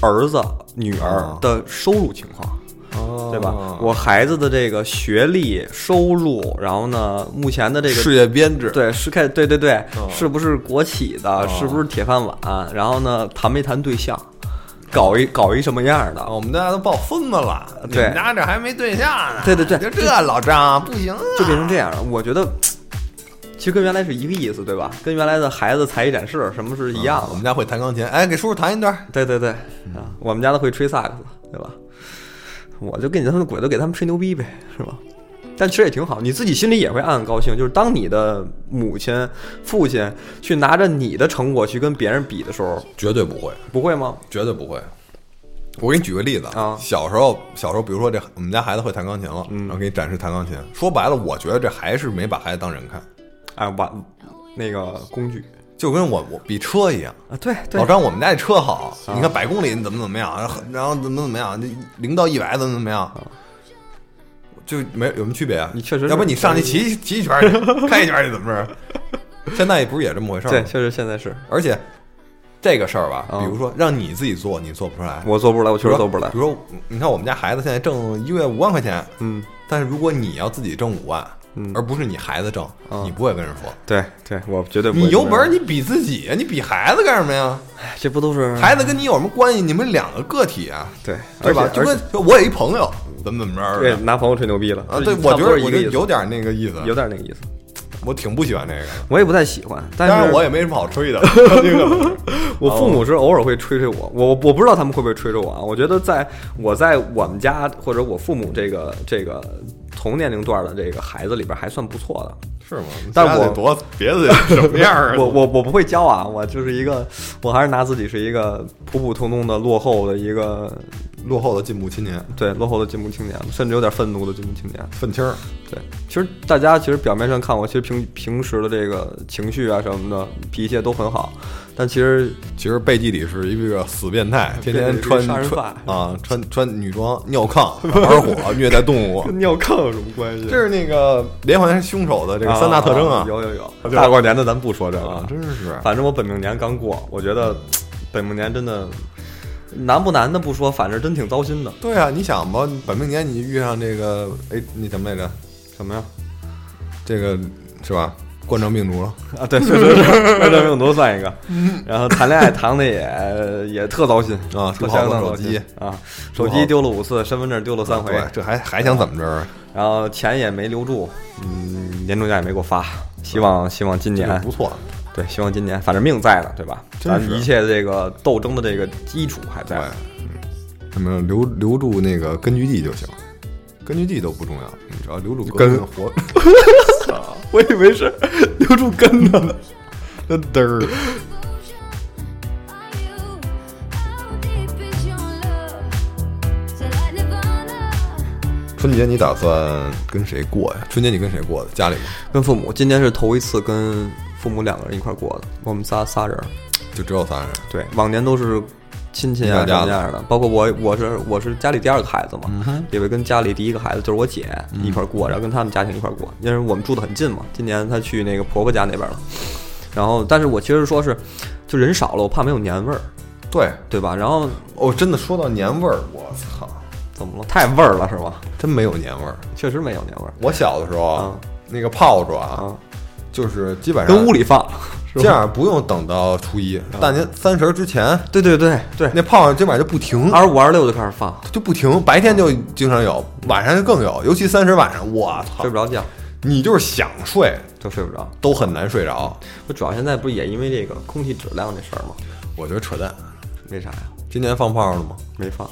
[SPEAKER 2] 儿子、女儿的收入情况。
[SPEAKER 3] 哦
[SPEAKER 2] 对吧？我孩子的这个学历、收入，然后呢，目前的这个
[SPEAKER 3] 事业编制，
[SPEAKER 2] 对是开对对对，是不是国企的？是不是铁饭碗？然后呢，谈没谈对象？搞一搞一什么样的
[SPEAKER 3] 啊，？我们大家都抱孙子了，你
[SPEAKER 2] 对
[SPEAKER 3] 们家这还没对象呢，
[SPEAKER 2] 对对对
[SPEAKER 3] 就这老张不行啊，
[SPEAKER 2] 就变成这样了。我觉得其实跟原来是一个意思，对吧？跟原来的孩子才艺展示什么是一样
[SPEAKER 3] 我
[SPEAKER 2] 的。
[SPEAKER 3] 们家会弹钢琴，哎，给叔叔弹一段，
[SPEAKER 2] 对对对，啊，我们家的会吹萨克斯，对吧？我就跟你他们鬼都给他们吹牛逼呗，是吧？但其实也挺好，你自己心里也会暗暗高兴。就是当你的母亲、父亲去拿着你的成果去跟别人比的时候，
[SPEAKER 3] 绝对不会，
[SPEAKER 2] 不会吗？
[SPEAKER 3] 绝对不会。我给你举个例子
[SPEAKER 2] 啊
[SPEAKER 3] 小时候，小时候，比如说这我们家孩子会弹钢琴了，然后给你展示弹钢琴。说白了，我觉得这还是没把孩子当人看，
[SPEAKER 2] 哎，玩那个工具
[SPEAKER 3] 就跟我我比车一样。
[SPEAKER 2] 啊，对对
[SPEAKER 3] 老，张，我们家这车好，你看百公里怎么怎么样，然后然后怎么怎么样，零到一百怎么怎么样，就没有什么区别啊？
[SPEAKER 2] 你确实是
[SPEAKER 3] 要不你上去骑 骑一圈去，开一圈去，怎么 着？现在不是也这么回事儿
[SPEAKER 2] 对，
[SPEAKER 3] 吗？
[SPEAKER 2] 确实现在是
[SPEAKER 3] 而且这个事儿吧，
[SPEAKER 2] 啊
[SPEAKER 3] 比如说让你自己做，你做不出来。
[SPEAKER 2] 我做不出来，我确实做不出来
[SPEAKER 3] 比。如说，你看我们家孩子现在挣一个月五万块钱，嗯，但是如果你要自己挣五万，嗯，而不是你孩子挣，你不会跟人说。
[SPEAKER 2] 对对，我绝嗯对不会
[SPEAKER 3] 你有
[SPEAKER 2] 这么
[SPEAKER 3] 本
[SPEAKER 2] 样
[SPEAKER 3] 事你比自己，啊你比孩子干什么呀？
[SPEAKER 2] 这不都是
[SPEAKER 3] 孩子跟你有什么关系？你们两个个体啊，
[SPEAKER 2] 对，
[SPEAKER 3] 对
[SPEAKER 2] 嗯
[SPEAKER 3] 吧？
[SPEAKER 2] 而且
[SPEAKER 3] 就
[SPEAKER 2] 而且
[SPEAKER 3] 跟就我有一朋友怎么怎么着
[SPEAKER 2] 对
[SPEAKER 3] 的
[SPEAKER 2] 拿朋友吹牛逼了
[SPEAKER 3] 啊，对，
[SPEAKER 2] 差不
[SPEAKER 3] 我
[SPEAKER 2] 多
[SPEAKER 3] 觉得
[SPEAKER 2] 一个
[SPEAKER 3] 我觉得
[SPEAKER 2] 意思
[SPEAKER 3] 有点那个意思，
[SPEAKER 2] 有点那个意思，
[SPEAKER 3] 我挺不喜欢这个的。
[SPEAKER 2] 我也不太喜欢。但
[SPEAKER 3] 当然，
[SPEAKER 2] 是
[SPEAKER 3] 我也没什么好 吹的，这个
[SPEAKER 2] 我父母是偶尔会吹吹我，我我不知道他们会不会吹吹我啊。我觉得在我在我们家或者我父母这个这个同年龄段的这个孩子里边还算不错的。
[SPEAKER 3] 是吗？
[SPEAKER 2] 但
[SPEAKER 3] 家得
[SPEAKER 2] 我
[SPEAKER 3] 多别的得什么样啊？
[SPEAKER 2] 我我我不会教啊，我就是一个，我还是拿自己是一个普普通通的落后的一个，
[SPEAKER 3] 落后的进步青年，
[SPEAKER 2] 对落后的进步青年，甚至有点愤怒的进步青年。
[SPEAKER 3] 愤青儿。
[SPEAKER 2] 对，其实大家其实表面上看我，其实平平时的这个情绪啊什么的脾气也都很好，但其实
[SPEAKER 3] 其实背地里是一个死变态，天天
[SPEAKER 2] 变态
[SPEAKER 3] 穿
[SPEAKER 2] 是杀人
[SPEAKER 3] 穿
[SPEAKER 2] 犯
[SPEAKER 3] 啊穿穿女装、尿炕、玩火、 虐待动物，
[SPEAKER 2] 跟尿炕有什么关系？
[SPEAKER 3] 这是那个连环凶手的这个三大特征啊！
[SPEAKER 2] 有有有，大过年的咱不说这个
[SPEAKER 3] 啊，真是
[SPEAKER 2] 反正我本命年刚过，我觉得本命年真的难不难的不说，反正真挺糟心的。
[SPEAKER 3] 对啊！你想吧，本命年你遇上这个哎，那什么来着？
[SPEAKER 2] 什么呀？
[SPEAKER 3] 这个是吧？冠状病毒了，
[SPEAKER 2] 啊，对，确实是冠状病毒算一个。然后谈恋爱谈的也也特糟心
[SPEAKER 3] 嗯啊
[SPEAKER 2] 特
[SPEAKER 3] 撸好
[SPEAKER 2] 相
[SPEAKER 3] 多
[SPEAKER 2] 当
[SPEAKER 3] 手
[SPEAKER 2] 糟心
[SPEAKER 3] 机
[SPEAKER 2] 啊，手
[SPEAKER 3] 撸好
[SPEAKER 2] 机丢了五次，身份证丢了三回，
[SPEAKER 3] 对，这还还想怎么着啊？
[SPEAKER 2] 然后钱也没留住，嗯，年终奖也没给我发。希望希望今
[SPEAKER 3] 这
[SPEAKER 2] 年
[SPEAKER 3] 不错，
[SPEAKER 2] 对，希望今年反正命在呢，对吧？
[SPEAKER 3] 真
[SPEAKER 2] 咱
[SPEAKER 3] 是
[SPEAKER 2] 一切这个斗争的这个基础还在
[SPEAKER 3] 对。，那么留留住那个根据地就行，根据地都不重要，你只要留住根
[SPEAKER 4] 根
[SPEAKER 3] 活。
[SPEAKER 2] 我以为是留住根呢。
[SPEAKER 4] 真嘚儿。
[SPEAKER 6] Are you? How deep is your love? Till I Nirvana.
[SPEAKER 3] 春节你打算跟谁过呀？春节你跟谁过的？家里吗？
[SPEAKER 2] 跟父母，今年是头一次跟父母两个人一块儿过的，我们仨仨人儿。
[SPEAKER 3] 就只有仨人。
[SPEAKER 2] 对，往年都是亲戚啊
[SPEAKER 3] 一
[SPEAKER 2] 什
[SPEAKER 3] 家
[SPEAKER 2] 么
[SPEAKER 3] 子
[SPEAKER 2] 样的，包括我，我是我是家里第二个孩子嘛，也会跟家里第一个孩子就是我姐一块儿过，然后跟他们家庭一块儿过，因为我们住的很近嘛。今年她去那个婆婆家那边了，然后但是我其实说是，就人少了，我怕没有年味儿，
[SPEAKER 3] 对，
[SPEAKER 2] 对吧？然后
[SPEAKER 3] 哦，真的说到年味儿，我操，
[SPEAKER 2] 怎么了？太味儿了是吧？
[SPEAKER 3] 真没有年味儿。
[SPEAKER 2] 确实没有年味儿，
[SPEAKER 3] 我小的时候啊，那个炮竹啊，就是基本上
[SPEAKER 2] 跟屋里放。
[SPEAKER 3] 这样不用等到初一，大年三十儿之前，
[SPEAKER 2] 对对对对，
[SPEAKER 3] 那炮仗基本上就不停，
[SPEAKER 2] 二十五、二十六就开始放，
[SPEAKER 3] 就不停，白天就经常有，晚上就更有，尤其三十晚上，我操
[SPEAKER 2] 睡不，着觉
[SPEAKER 3] 你就是想睡
[SPEAKER 2] 就睡不着。
[SPEAKER 3] 都很难睡着。
[SPEAKER 2] 不，主要现在不是也因为这个空气质量这事儿吗？
[SPEAKER 3] 我觉得扯淡。
[SPEAKER 2] 为啥呀？
[SPEAKER 3] 今年放炮了吗？
[SPEAKER 2] 没放。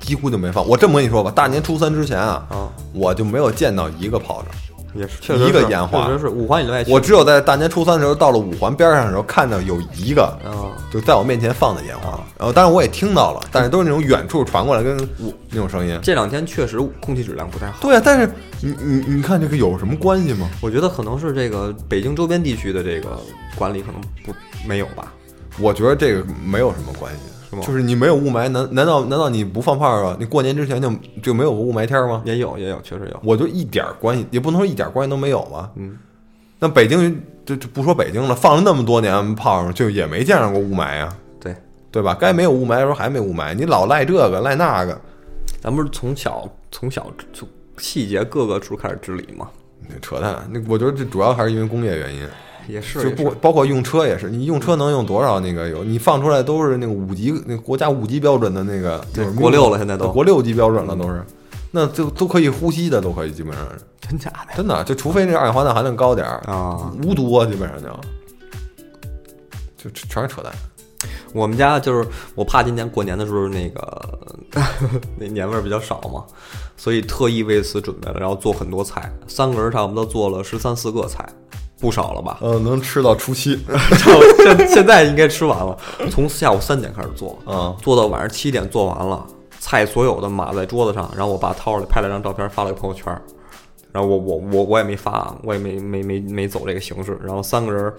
[SPEAKER 3] 几乎就没放。我这么跟你说吧，大年初三之前啊，
[SPEAKER 2] 啊
[SPEAKER 3] 我就没有见到一个炮仗。
[SPEAKER 2] 也是，确实
[SPEAKER 3] 一个
[SPEAKER 2] 是
[SPEAKER 3] 烟花
[SPEAKER 7] 确实是五环以外，
[SPEAKER 3] 我只有在大年初三的时候，到了五环边上的时候，看到有一个
[SPEAKER 2] 啊，
[SPEAKER 3] 就在我面前放的烟花。然后，当然我也听到了，但是都是那种远处传过来跟那种声音。
[SPEAKER 2] 这两天确实空气质量不太好。
[SPEAKER 3] 对啊，但是你你你看这个有什么关系吗？
[SPEAKER 2] 我觉得可能是这个北京周边地区的这个管理可能不没有吧。
[SPEAKER 3] 我觉得这个没有什么关系，
[SPEAKER 2] 是吗
[SPEAKER 3] 就是你没有雾霾，难难道难道你不放炮啊？你过年之前就就没有个雾霾天吗？
[SPEAKER 2] 也有也有，确实有。
[SPEAKER 3] 我就一点儿关系，也不能说一点儿关系都没有吧。嗯，那北京就就不说北京了，放了那么多年炮仗，就也没见着过雾霾啊，
[SPEAKER 2] 对，
[SPEAKER 3] 对吧？该没有雾霾的时候还没雾霾，你老赖这个赖那个，
[SPEAKER 2] 咱不是从小从小从细节各个处开始治理吗？
[SPEAKER 3] 你扯淡。那我觉得这主要还是因为工业原因，
[SPEAKER 2] 也是，
[SPEAKER 3] 就
[SPEAKER 2] 也
[SPEAKER 3] 不
[SPEAKER 2] 是
[SPEAKER 3] 包括用车也是，你用车能用多少那个油？你放出来都是那个五级，那国家五级标准的那个，
[SPEAKER 2] 对
[SPEAKER 3] 就是
[SPEAKER 2] 国六了现在都
[SPEAKER 3] 国六级标准了都是，那就都可以呼吸的都可以，基本上是
[SPEAKER 2] 真假的
[SPEAKER 3] 真的，就除非那二氧化碳含量高点儿
[SPEAKER 2] 啊！
[SPEAKER 3] 无毒啊，基本上就就全是扯淡。
[SPEAKER 2] 我们家就是我怕今年过年的时候那个 那年味儿比较少嘛，所以特意为此准备了，然后做很多菜，三个人差不多做了十三四个菜，不少了吧？
[SPEAKER 3] 呃，能吃到初七，
[SPEAKER 2] 现现在应该吃完了，从下午三点开始做，
[SPEAKER 3] 嗯
[SPEAKER 2] 做到晚上七点做完了，菜所有的码在桌子上，然后我爸掏出来拍了张照片发了个朋友圈儿，然后我我我我也没发，我也没没没没走这个形式，然后三个人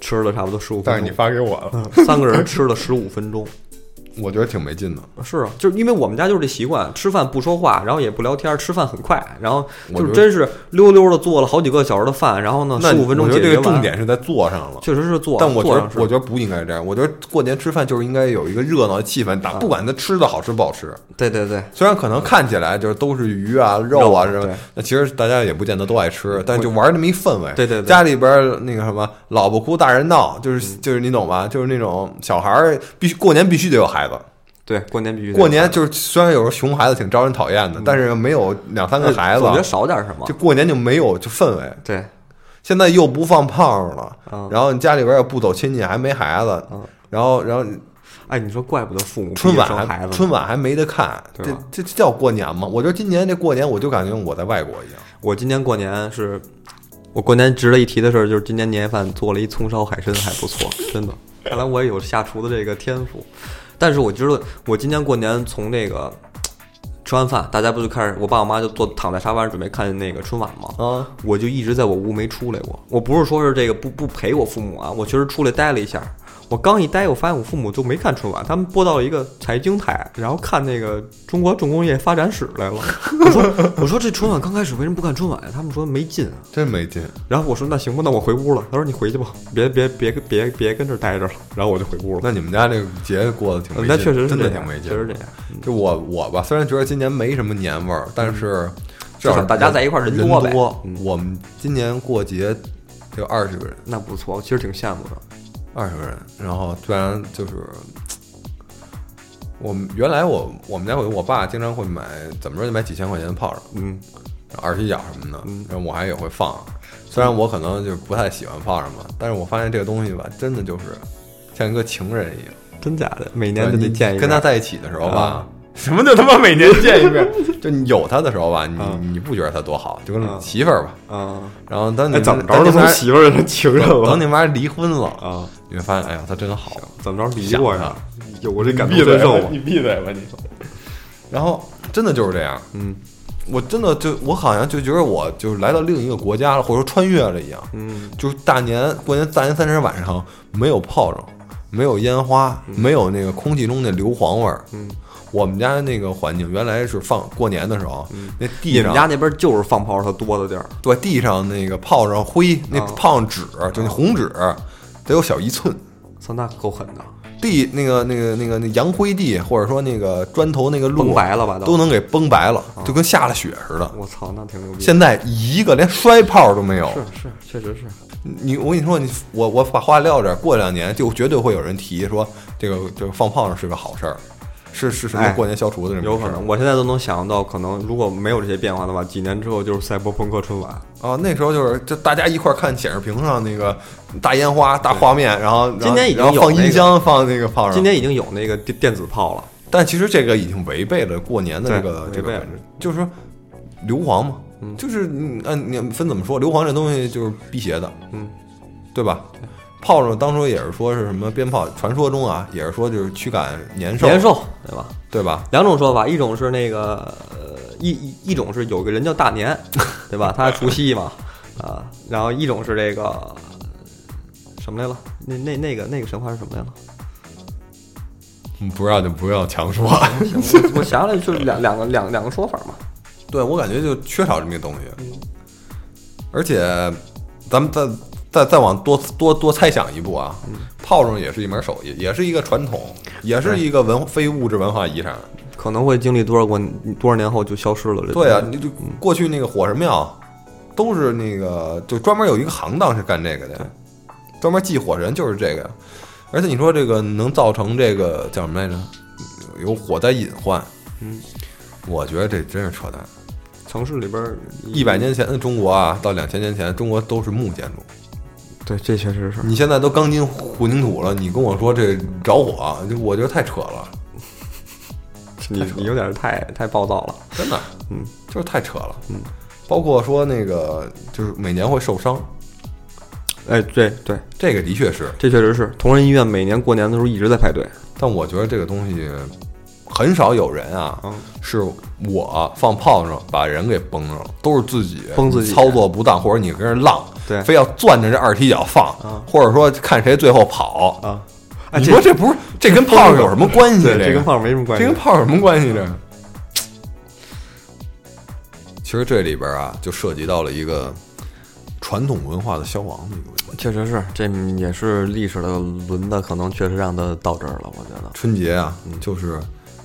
[SPEAKER 2] 吃了差不多十五
[SPEAKER 1] 但
[SPEAKER 2] 分
[SPEAKER 1] 是你
[SPEAKER 2] 钟，
[SPEAKER 1] 发给我了，
[SPEAKER 2] 三个人吃了十五分钟。
[SPEAKER 3] 我觉得挺没劲的。
[SPEAKER 2] 是啊，就是因为我们家就是这习惯，吃饭不说话，然后也不聊天，吃饭很快，然后就
[SPEAKER 3] 我觉得
[SPEAKER 2] 真是溜溜的做了好几个小时的饭，然后呢
[SPEAKER 3] 那
[SPEAKER 2] 十五分钟
[SPEAKER 3] 我
[SPEAKER 2] 解
[SPEAKER 3] 觉得
[SPEAKER 2] 决
[SPEAKER 3] 这个
[SPEAKER 2] 完。
[SPEAKER 3] 重点是在做上了。
[SPEAKER 2] 确实是做，
[SPEAKER 3] 但我觉
[SPEAKER 2] 做
[SPEAKER 3] 得
[SPEAKER 2] 上，是
[SPEAKER 3] 我觉得不应该这样。我觉得过年吃饭就是应该有一个热闹的气氛，
[SPEAKER 2] 啊
[SPEAKER 3] 打不管它吃的好吃不好吃，
[SPEAKER 2] 对对对，
[SPEAKER 3] 虽然可能看起来就是都是鱼啊、肉啊
[SPEAKER 2] 肉
[SPEAKER 3] 什么
[SPEAKER 2] 对，
[SPEAKER 3] 那其实大家也不见得都爱吃，但就玩那么一氛围。
[SPEAKER 2] 对对对
[SPEAKER 3] 家里边儿那个什么，老婆哭大人闹，就是就是你懂吧？就是那种小孩儿必须过年必须得有孩子，
[SPEAKER 2] 对，过年必须得
[SPEAKER 3] 过年就是虽然有时候熊孩子挺招人讨厌的，但是没有两三个孩子啊
[SPEAKER 2] 总，觉得少点什么
[SPEAKER 3] 就。过年就没有就氛围。
[SPEAKER 2] 对，
[SPEAKER 3] 现在又不放炮了
[SPEAKER 2] 嗯，
[SPEAKER 3] 然后你家里边儿又不走亲戚，还没孩子，然后然后
[SPEAKER 2] 哎，你说怪不得父母
[SPEAKER 3] 春晚
[SPEAKER 2] 不生孩
[SPEAKER 3] 还
[SPEAKER 2] 子呢，
[SPEAKER 3] 春晚还没得看，
[SPEAKER 2] 对
[SPEAKER 3] 这
[SPEAKER 2] 吧
[SPEAKER 3] 这这叫过年吗？我觉得今年这过年，我就感觉我在外国一样。
[SPEAKER 2] 我今年过年是，我过年值得一提的事儿就是今年年夜饭做了一葱烧海参，还不错，真的。看来我也有下厨的这个天赋，但是我觉得我今年过年从这个吃完饭，大家不就开始，我爸我妈就坐躺在沙发上准备看那个春晚吗？
[SPEAKER 3] 啊，
[SPEAKER 2] 我就一直在我屋没出来过。我不是说是这个不不陪我父母啊，我确实出来待了一下。我刚一待，我发现我父母就没看春晚，他们播到了一个财经台，然后看那个中国重工业发展史来了。我说我说这春晚刚开始为什么不看春晚呀？他们说没劲啊。
[SPEAKER 3] 真没劲。
[SPEAKER 2] 然后我说那行吧，那我回屋了。他说你回去吧，别别别别别跟这儿待着了。然后我就回屋了。
[SPEAKER 3] 那你们家这个节过得挺没劲，
[SPEAKER 2] 呃那确实是
[SPEAKER 3] 真
[SPEAKER 2] 这
[SPEAKER 3] 的
[SPEAKER 2] 样
[SPEAKER 3] 挺没劲，
[SPEAKER 2] 确实这样。嗯
[SPEAKER 3] 就我我吧，虽然觉得今年没什么年味儿，但是至
[SPEAKER 2] 至
[SPEAKER 3] 少
[SPEAKER 2] 少大家在一块儿人
[SPEAKER 3] 人
[SPEAKER 2] 多呗嗯
[SPEAKER 3] 我们今年过节有二十个人，
[SPEAKER 2] 那不错，我其实挺羡慕的。
[SPEAKER 3] 二十个人，然后虽然就是。我们原来我我们家我我爸经常会买，怎么着就买几千块钱的炮仗，
[SPEAKER 2] 嗯，
[SPEAKER 3] 二踢脚什么的，然后我还也会放。虽然我可能就是不太喜欢放什么，但是我发现这个东西吧，真的就是像一个情人一样。
[SPEAKER 2] 真假的，每年都得
[SPEAKER 3] 你
[SPEAKER 2] 见一
[SPEAKER 3] 跟
[SPEAKER 2] 面
[SPEAKER 3] 他在一起的时候吧
[SPEAKER 2] 啊，
[SPEAKER 3] 什么叫他妈每年见一面？就你有他的时候吧，你你不觉得他多好，就跟媳妇儿吧。
[SPEAKER 2] 啊，
[SPEAKER 3] 然后当
[SPEAKER 2] 哎，
[SPEAKER 3] 你们
[SPEAKER 2] 怎么
[SPEAKER 3] 当
[SPEAKER 2] 着都
[SPEAKER 3] 你们
[SPEAKER 2] 从
[SPEAKER 3] 俩
[SPEAKER 2] 媳妇儿变成情人了
[SPEAKER 3] 等你妈离婚了，
[SPEAKER 2] 啊？
[SPEAKER 3] 你会发现，哎呀，他真好。
[SPEAKER 2] 怎么着离过
[SPEAKER 3] 想
[SPEAKER 2] 呀
[SPEAKER 3] 啊？
[SPEAKER 2] 有过这感同
[SPEAKER 1] 闭
[SPEAKER 2] 身
[SPEAKER 1] 嘴
[SPEAKER 2] 受
[SPEAKER 1] 吧，
[SPEAKER 2] 吗？
[SPEAKER 1] 你闭嘴吧你。
[SPEAKER 3] 然后真的就是这样，
[SPEAKER 2] 嗯，
[SPEAKER 3] 我真的就我好像就觉得我就是来到另一个国家了，或者说穿越了一样，
[SPEAKER 2] 嗯，
[SPEAKER 3] 就是大年过年大年三十晚上没有炮仗，没有烟花，
[SPEAKER 2] 嗯
[SPEAKER 3] 没有那个空气中那硫磺味儿，嗯，我们家那个环境原来是放过年的时候，那
[SPEAKER 2] 嗯你
[SPEAKER 3] 地
[SPEAKER 2] 们
[SPEAKER 3] 上
[SPEAKER 2] 家那边就是放炮它多的地儿，
[SPEAKER 3] 对地上那个炮仗灰，那
[SPEAKER 2] 啊
[SPEAKER 3] 炮仗纸就那红纸得有小一寸，
[SPEAKER 2] 操，那够狠的，
[SPEAKER 3] 地那个那个那个那洋灰地或者说那个砖头那个路
[SPEAKER 2] 崩白了吧啊
[SPEAKER 3] 都能给崩白了，就跟下了雪似的。
[SPEAKER 2] 我操，那挺牛逼。
[SPEAKER 3] 现在一个连摔炮都没有。
[SPEAKER 2] 是是，确实是，
[SPEAKER 3] 你我跟你说，你我我把话撂这儿，过两年就绝对会有人提说这个这个放炮仗是个好事儿。是是什么过年消除的这么
[SPEAKER 8] 哎有
[SPEAKER 3] 回
[SPEAKER 8] 可
[SPEAKER 3] 事儿
[SPEAKER 8] 能，我现在都能想到，可能如果没有这些变化的话，几年之后就是赛博朋克春晚。
[SPEAKER 3] 啊，那时候就是就大家一块儿看显示屏上那个大烟花、大画面，然后然后
[SPEAKER 8] 今年已经
[SPEAKER 3] 然后放
[SPEAKER 8] 有那
[SPEAKER 3] 音
[SPEAKER 8] 个
[SPEAKER 3] 箱、放那个放上。
[SPEAKER 8] 今年已经有那个电电子炮了，
[SPEAKER 3] 但其实这个已经违背了过年的这个
[SPEAKER 8] 对
[SPEAKER 3] 这
[SPEAKER 8] 违
[SPEAKER 3] 个
[SPEAKER 8] 背了，
[SPEAKER 3] 就是说硫磺嘛，就是你按你分怎么说，硫磺这东西就是辟邪的，
[SPEAKER 8] 嗯，
[SPEAKER 3] 对吧？炮仗当初也是说是什么鞭炮，传说中啊也是说就是驱赶年兽，
[SPEAKER 8] 年兽对吧？
[SPEAKER 3] 对吧？
[SPEAKER 8] 两种说法，一种是那个呃一一一种是有个人叫大 年，对吧？他除夕嘛，啊，然后一种是这个呃什么来了？那那那个那个神话是什么来了？
[SPEAKER 3] 嗯不知道就不要强说。
[SPEAKER 8] 行我我想起来就是两两个两两个说法嘛。
[SPEAKER 3] 对我感觉就缺少这么一个东西，而且咱们再再再往多多多猜想一步啊，炮仗也是一门手艺，也是一个传统，也是一个文非物质文化遗产。
[SPEAKER 8] 可能会经历多少过多少年后就消失了。这
[SPEAKER 3] 对啊，你就过去那个火神庙，都是那个就专门有一个行当是干这个的，专门祭火神就是这个。而且你说这个能造成这个叫什么来着？有火灾隐患，嗯，我觉得这真是扯淡。
[SPEAKER 8] 城市里边儿
[SPEAKER 3] 一百年前的中国啊，到两千年前，中国都是木建筑。
[SPEAKER 8] 对，这确实是
[SPEAKER 3] 你现在都钢筋混凝土了，你跟我说这着火，啊就我觉得太扯了，
[SPEAKER 8] 你你有点儿太太暴躁了。
[SPEAKER 3] 真的，
[SPEAKER 8] 嗯，
[SPEAKER 3] 就是太扯了，嗯。包括说那个，就是每年会受伤，
[SPEAKER 8] 哎，对对，
[SPEAKER 3] 这个的确是，
[SPEAKER 8] 这确实是同仁医院每年过年的时候一直在排队。
[SPEAKER 3] 但我觉得这个东西很少有人啊，
[SPEAKER 8] 嗯
[SPEAKER 3] 是我放炮仗把人给崩上了，都是自己
[SPEAKER 8] 崩自己
[SPEAKER 3] 操作不当，或者你跟人浪，
[SPEAKER 8] 对嗯
[SPEAKER 3] 非要攥着这二踢脚放，或者说看谁最后跑
[SPEAKER 8] 啊。
[SPEAKER 3] 你说这不是这跟炮仗有什么关系？
[SPEAKER 8] 对，这
[SPEAKER 3] 个
[SPEAKER 8] 跟胖儿没什么关系。嗯
[SPEAKER 3] 这跟炮有什么关系呢？其实这里边啊，就涉及到了一个传统文化的消亡的一个问题。
[SPEAKER 8] 确实是，这也是历史的轮子，可能确实让它到这儿了。我觉得
[SPEAKER 3] 春节啊，就是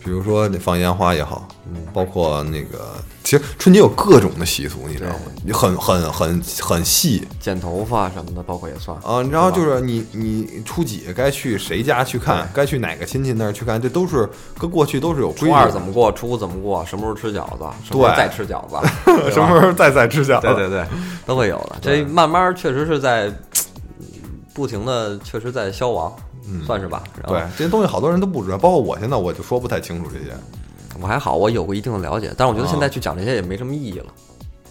[SPEAKER 3] 比如说你放烟花也好，嗯包括那个，其实春节有各种的习俗，你知道吗？你很很很很细
[SPEAKER 8] 剪头发什么的，包括也算。
[SPEAKER 3] 啊。然后就是你你初几该去谁家去看，该去哪个亲戚那儿去看，这都是跟过去都是有规
[SPEAKER 2] 初
[SPEAKER 3] 矩
[SPEAKER 2] 二
[SPEAKER 3] 的。
[SPEAKER 2] 怎么过，初五怎么过，什么时候吃饺子，什么时候
[SPEAKER 3] 对
[SPEAKER 2] 再吃饺子，
[SPEAKER 3] 什么时候再再吃饺
[SPEAKER 2] 对对对， 都会有的。这慢慢确实是在不停的，确实在消亡，算是吧。然
[SPEAKER 3] 嗯对
[SPEAKER 2] 后，
[SPEAKER 3] 这些东西好多人都不知道，包括我现在我就说不太清楚这些。
[SPEAKER 2] 我还好，我有过一定的了解，但是我觉
[SPEAKER 3] 哦
[SPEAKER 2] 得现在去讲这些也没什么意义了。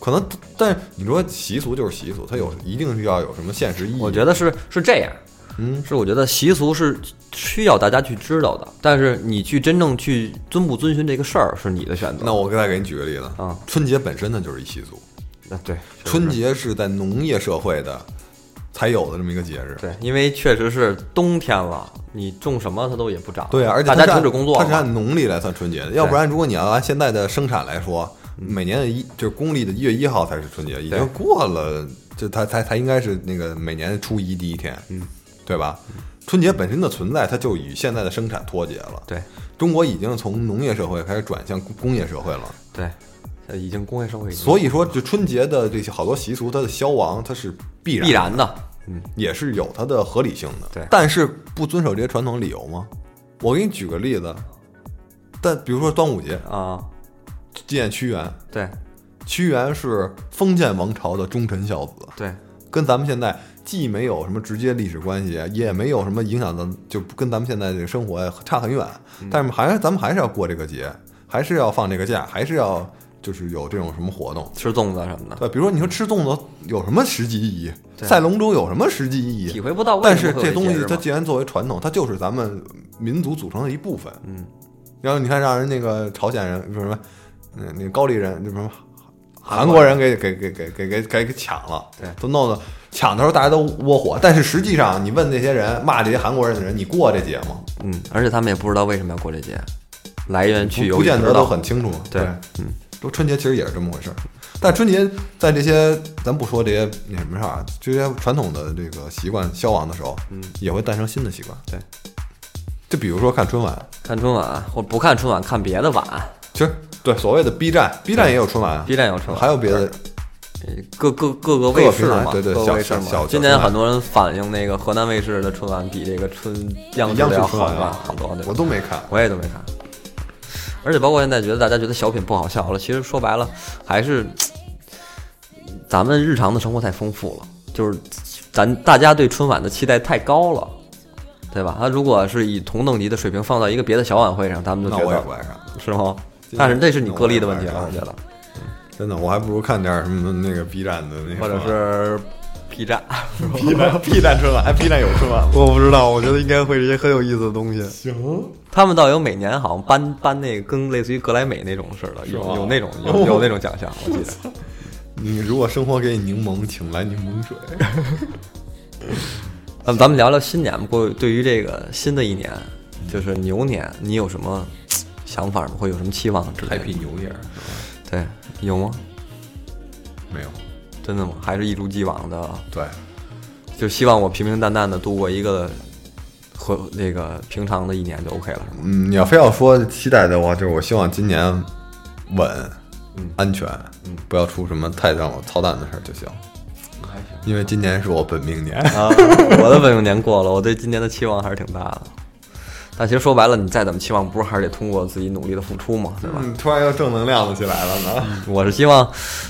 [SPEAKER 3] 可能，但是你说习俗就是习俗，它有一定是要有什么现实意义。
[SPEAKER 2] 我觉得是是这样，
[SPEAKER 3] 嗯，
[SPEAKER 2] 是我觉得习俗是需要大家去知道的，但是你去真正去遵不遵循这个事儿是你的选择。
[SPEAKER 3] 那我再给你举个例子
[SPEAKER 2] 啊，
[SPEAKER 3] 春节本身它就是一习俗，
[SPEAKER 2] 那对
[SPEAKER 3] 春节是在农业社会的才有的这么一个节日。
[SPEAKER 2] 对，因为确实是冬天了，你种什么它都也不长。
[SPEAKER 3] 对啊，而且
[SPEAKER 2] 大
[SPEAKER 3] 它
[SPEAKER 2] 家
[SPEAKER 3] 是按
[SPEAKER 2] 停止工作
[SPEAKER 3] 它是
[SPEAKER 2] 了嘛。
[SPEAKER 3] 按农历来算春节的，要不然如果你要按现在的生产来说，每年的一就是公历的一月一号才是春节，已经过了，就它才才应该是那个每年初一第一天，嗯，对吧？春节本身的存在，它就与现在的生产脱节了。
[SPEAKER 2] 对
[SPEAKER 3] 中国已经从农业社会开始转向工工业社会了，
[SPEAKER 2] 对，呃已经工业社会已经
[SPEAKER 3] 所以说就春节的这些好多习俗，它的消亡它是必然，
[SPEAKER 2] 必然的，
[SPEAKER 3] 也是有它的合理性的。
[SPEAKER 2] 对
[SPEAKER 3] 但是不遵守这些传统理由吗？我给你举个例子，但比如说端午节
[SPEAKER 2] 啊，
[SPEAKER 3] 纪念屈原，
[SPEAKER 2] 对
[SPEAKER 3] 屈原是封建王朝的忠臣孝子，
[SPEAKER 2] 对，
[SPEAKER 3] 跟咱们现在既没有什么直接历史关系，也没有什么影响咱们，就跟咱们现在这个生活差很远。但是还是咱们还是要过这个节，还是要放这个假，还是要就是有这种什么活动。
[SPEAKER 2] 吃粽子啊什么的，
[SPEAKER 3] 对，比如说你说吃粽子有什么实际意义？赛龙舟有什么实际意义？
[SPEAKER 2] 体会不到为
[SPEAKER 3] 但
[SPEAKER 2] 什
[SPEAKER 3] 是
[SPEAKER 2] 么会
[SPEAKER 3] 这
[SPEAKER 2] 有
[SPEAKER 3] 东
[SPEAKER 2] 节
[SPEAKER 3] 西
[SPEAKER 2] 日
[SPEAKER 3] 它
[SPEAKER 2] 嘛
[SPEAKER 3] 既然作为传统，它就是咱们民族组成的一部分。嗯，然后你看，让人那个朝鲜人不是什么，那那个高丽人那什么韩国人给给给给给给给给抢了，
[SPEAKER 2] 对
[SPEAKER 3] 都弄得抢的时候大家都窝火，但是实际上你问那些人骂这些韩国人的人，你过这节吗？
[SPEAKER 2] 嗯，而且他们也不知道为什么要过这节，来源去由
[SPEAKER 3] 不
[SPEAKER 2] 也
[SPEAKER 3] 见
[SPEAKER 2] 不
[SPEAKER 3] 得
[SPEAKER 2] 知
[SPEAKER 3] 都
[SPEAKER 2] 道。
[SPEAKER 3] 很清楚。
[SPEAKER 2] 对，
[SPEAKER 3] 嗯，说春节其实也是这么回事儿。但春节在这些咱不说这些那什么啥，这些传统的这个习惯消亡的时候，嗯，也会诞生新的习惯。
[SPEAKER 2] 对，
[SPEAKER 3] 就比如说看春晚，
[SPEAKER 2] 看春晚啊或不看春晚，看别的晚。
[SPEAKER 3] 其实对所谓的 B 站，B 站也有春晚啊
[SPEAKER 2] B 站有春晚，
[SPEAKER 3] 还有别的
[SPEAKER 2] 各各各个
[SPEAKER 3] 各个
[SPEAKER 2] 卫
[SPEAKER 3] 平
[SPEAKER 2] 视
[SPEAKER 3] 台
[SPEAKER 2] 嘛，
[SPEAKER 3] 对对
[SPEAKER 2] 各个
[SPEAKER 3] 小
[SPEAKER 2] 卫视
[SPEAKER 3] 小
[SPEAKER 2] 嘛
[SPEAKER 3] 小小
[SPEAKER 2] 今年
[SPEAKER 3] 春晚
[SPEAKER 2] 很多人反映那个河南卫视的春晚比这个春央视
[SPEAKER 3] 央
[SPEAKER 2] 的
[SPEAKER 3] 视
[SPEAKER 2] 要
[SPEAKER 3] 春
[SPEAKER 2] 好
[SPEAKER 3] 晚
[SPEAKER 2] 看
[SPEAKER 3] 啊
[SPEAKER 2] 好多，对吧
[SPEAKER 3] 我都没看。
[SPEAKER 2] 我也都没看，而且包括现在觉得大家觉得小品不好笑了，其实说白了还是咱们日常的生活太丰富了，就是咱大家对春晚的期待太高了，对吧？他如果是以同等级的水平放到一个别的小晚会上，他们就
[SPEAKER 3] 那
[SPEAKER 2] 觉
[SPEAKER 3] 我也
[SPEAKER 2] 得
[SPEAKER 3] 不爱看，
[SPEAKER 2] 是吗？但是这是你个例的问题
[SPEAKER 3] 那
[SPEAKER 2] 了，
[SPEAKER 3] 我
[SPEAKER 2] 我觉得，
[SPEAKER 3] 真的，我还不如看点儿什么那个 B 站的那个，
[SPEAKER 8] 或者是 B 站，
[SPEAKER 3] B 站 B 站春晚，哎，B 站有春晚吗？
[SPEAKER 8] 我不知道，我觉得应该会这些很有意思的东西。他们倒有每年好像颁颁那个跟类似于格莱美那种似的，有有那种 有有那种奖项，我记得。
[SPEAKER 3] 你如果生活给你柠檬，请来柠檬水。
[SPEAKER 2] 那呃么咱们聊聊新年吧。过对于这个新的一年，就是牛年，你有什么想法吗？会有什么期望之类的？
[SPEAKER 3] Happy New Year，
[SPEAKER 2] 对，有吗？
[SPEAKER 3] 没有，
[SPEAKER 2] 真的吗？还是一如既往的，
[SPEAKER 3] 对，
[SPEAKER 2] 就希望我平平淡淡的度过一个和那个平常的一年就 OK 了，是吗？
[SPEAKER 3] 嗯，你要非要说期待的话，就是我希望今年稳、安全，不要出什么太让我操蛋的事儿就嗯行。因为今年是我本命年，
[SPEAKER 2] 啊， 我的本命年过了，我对今年的期望还是挺大的。但其实说白了，你再怎么期望，不是还是得通过自己努力的付出嘛，对吧？
[SPEAKER 3] 嗯，突然又正能量了起来了呢。
[SPEAKER 2] 我是希望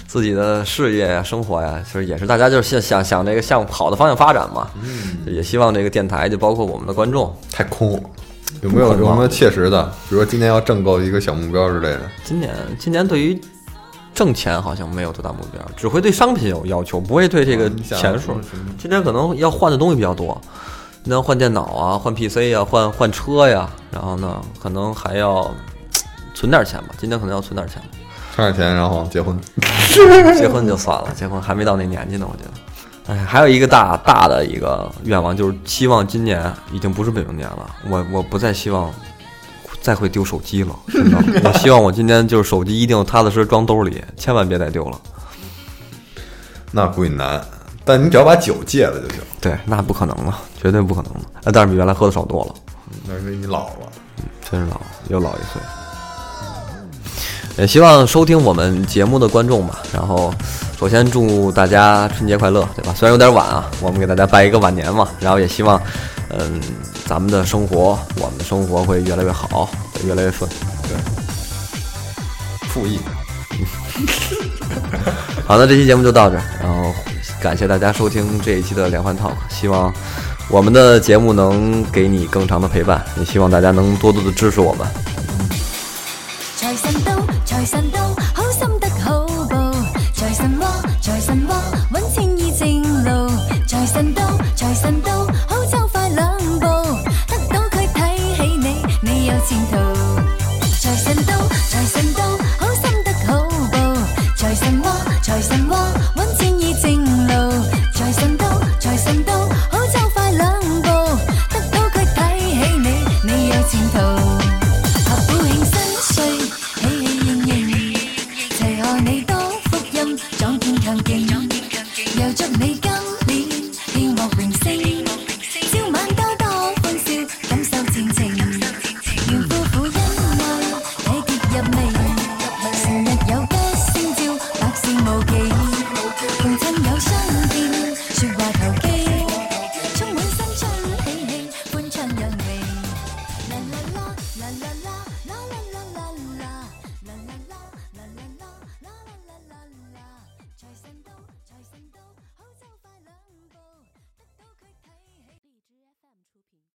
[SPEAKER 2] 自己的事业呀、生活呀，就是也是大家就是想想想这个向好的方向发展嘛。嗯，也希望这个电台，就包括我们的观众，
[SPEAKER 3] 太空了，有没有什么切实的？比如说今年要挣够一个小目标之类的。
[SPEAKER 2] 今年今年对于挣钱好像没有多大目标，只会对商品有要求，不会对这个
[SPEAKER 3] 嗯像
[SPEAKER 2] 钱数。今年可能要换的东西比较多，那换电脑啊，换 PC 呀、换换车呀、然后呢，可能还要嘖存点钱吧。今年可能要存点钱吧，
[SPEAKER 3] 赚点钱，然后结婚。
[SPEAKER 2] 结婚就算了，结婚还没到那年纪呢，我觉得。哎，还有一个大大的一个愿望就是希望今年已经不是本命年了，我我不再希望再会丢手机了，真的我希望我今天就是手机一定踏踏实实装兜里，千万别再丢了。
[SPEAKER 3] 那估计难，但你只要把酒戒了就行。
[SPEAKER 2] 对，那不可能了，绝对不可能了。哎，但是比原来喝的少多了，
[SPEAKER 3] 那是你老了，
[SPEAKER 2] 真是老了，又老一岁。也希望收听我们节目的观众吧。然后，首先祝大家春节快乐，对吧？虽然有点晚啊，我们给大家拜一个晚年嘛。然后也希望，嗯，咱们的生活，我们的生活会越来越好，越来越顺。
[SPEAKER 3] 复议。
[SPEAKER 2] 好，那这期节目就到这儿，然后感谢大家收听这一期的连环套，希望我们的节目能给你更长的陪伴，也希望大家能多多的支持我们。
[SPEAKER 6] 財神到，財神到，好心得好報。財神窩，財神窩，揾錢依正路。財神到，財神到，好走快兩步，得到佢睇起你，你有前途。財神到，財神到，好心得好報。財神窩，財神窩，揾錢依正路。財神到，財神到，好走快兩步，得到佢睇起你，你有前途。合府慶新歲，喜氣盈盈，齊賀你多福音，壯健強勁。又祝你今年氣樂榮升，朝晚多多歡笑，感受前程。願夫婦恩愛，體貼入微，成日有吉星照，百事無忌。共親友相見，説話投機，充滿新春喜氣，歡暢有味。啦啦啦啦啦啦啦啦啦啦。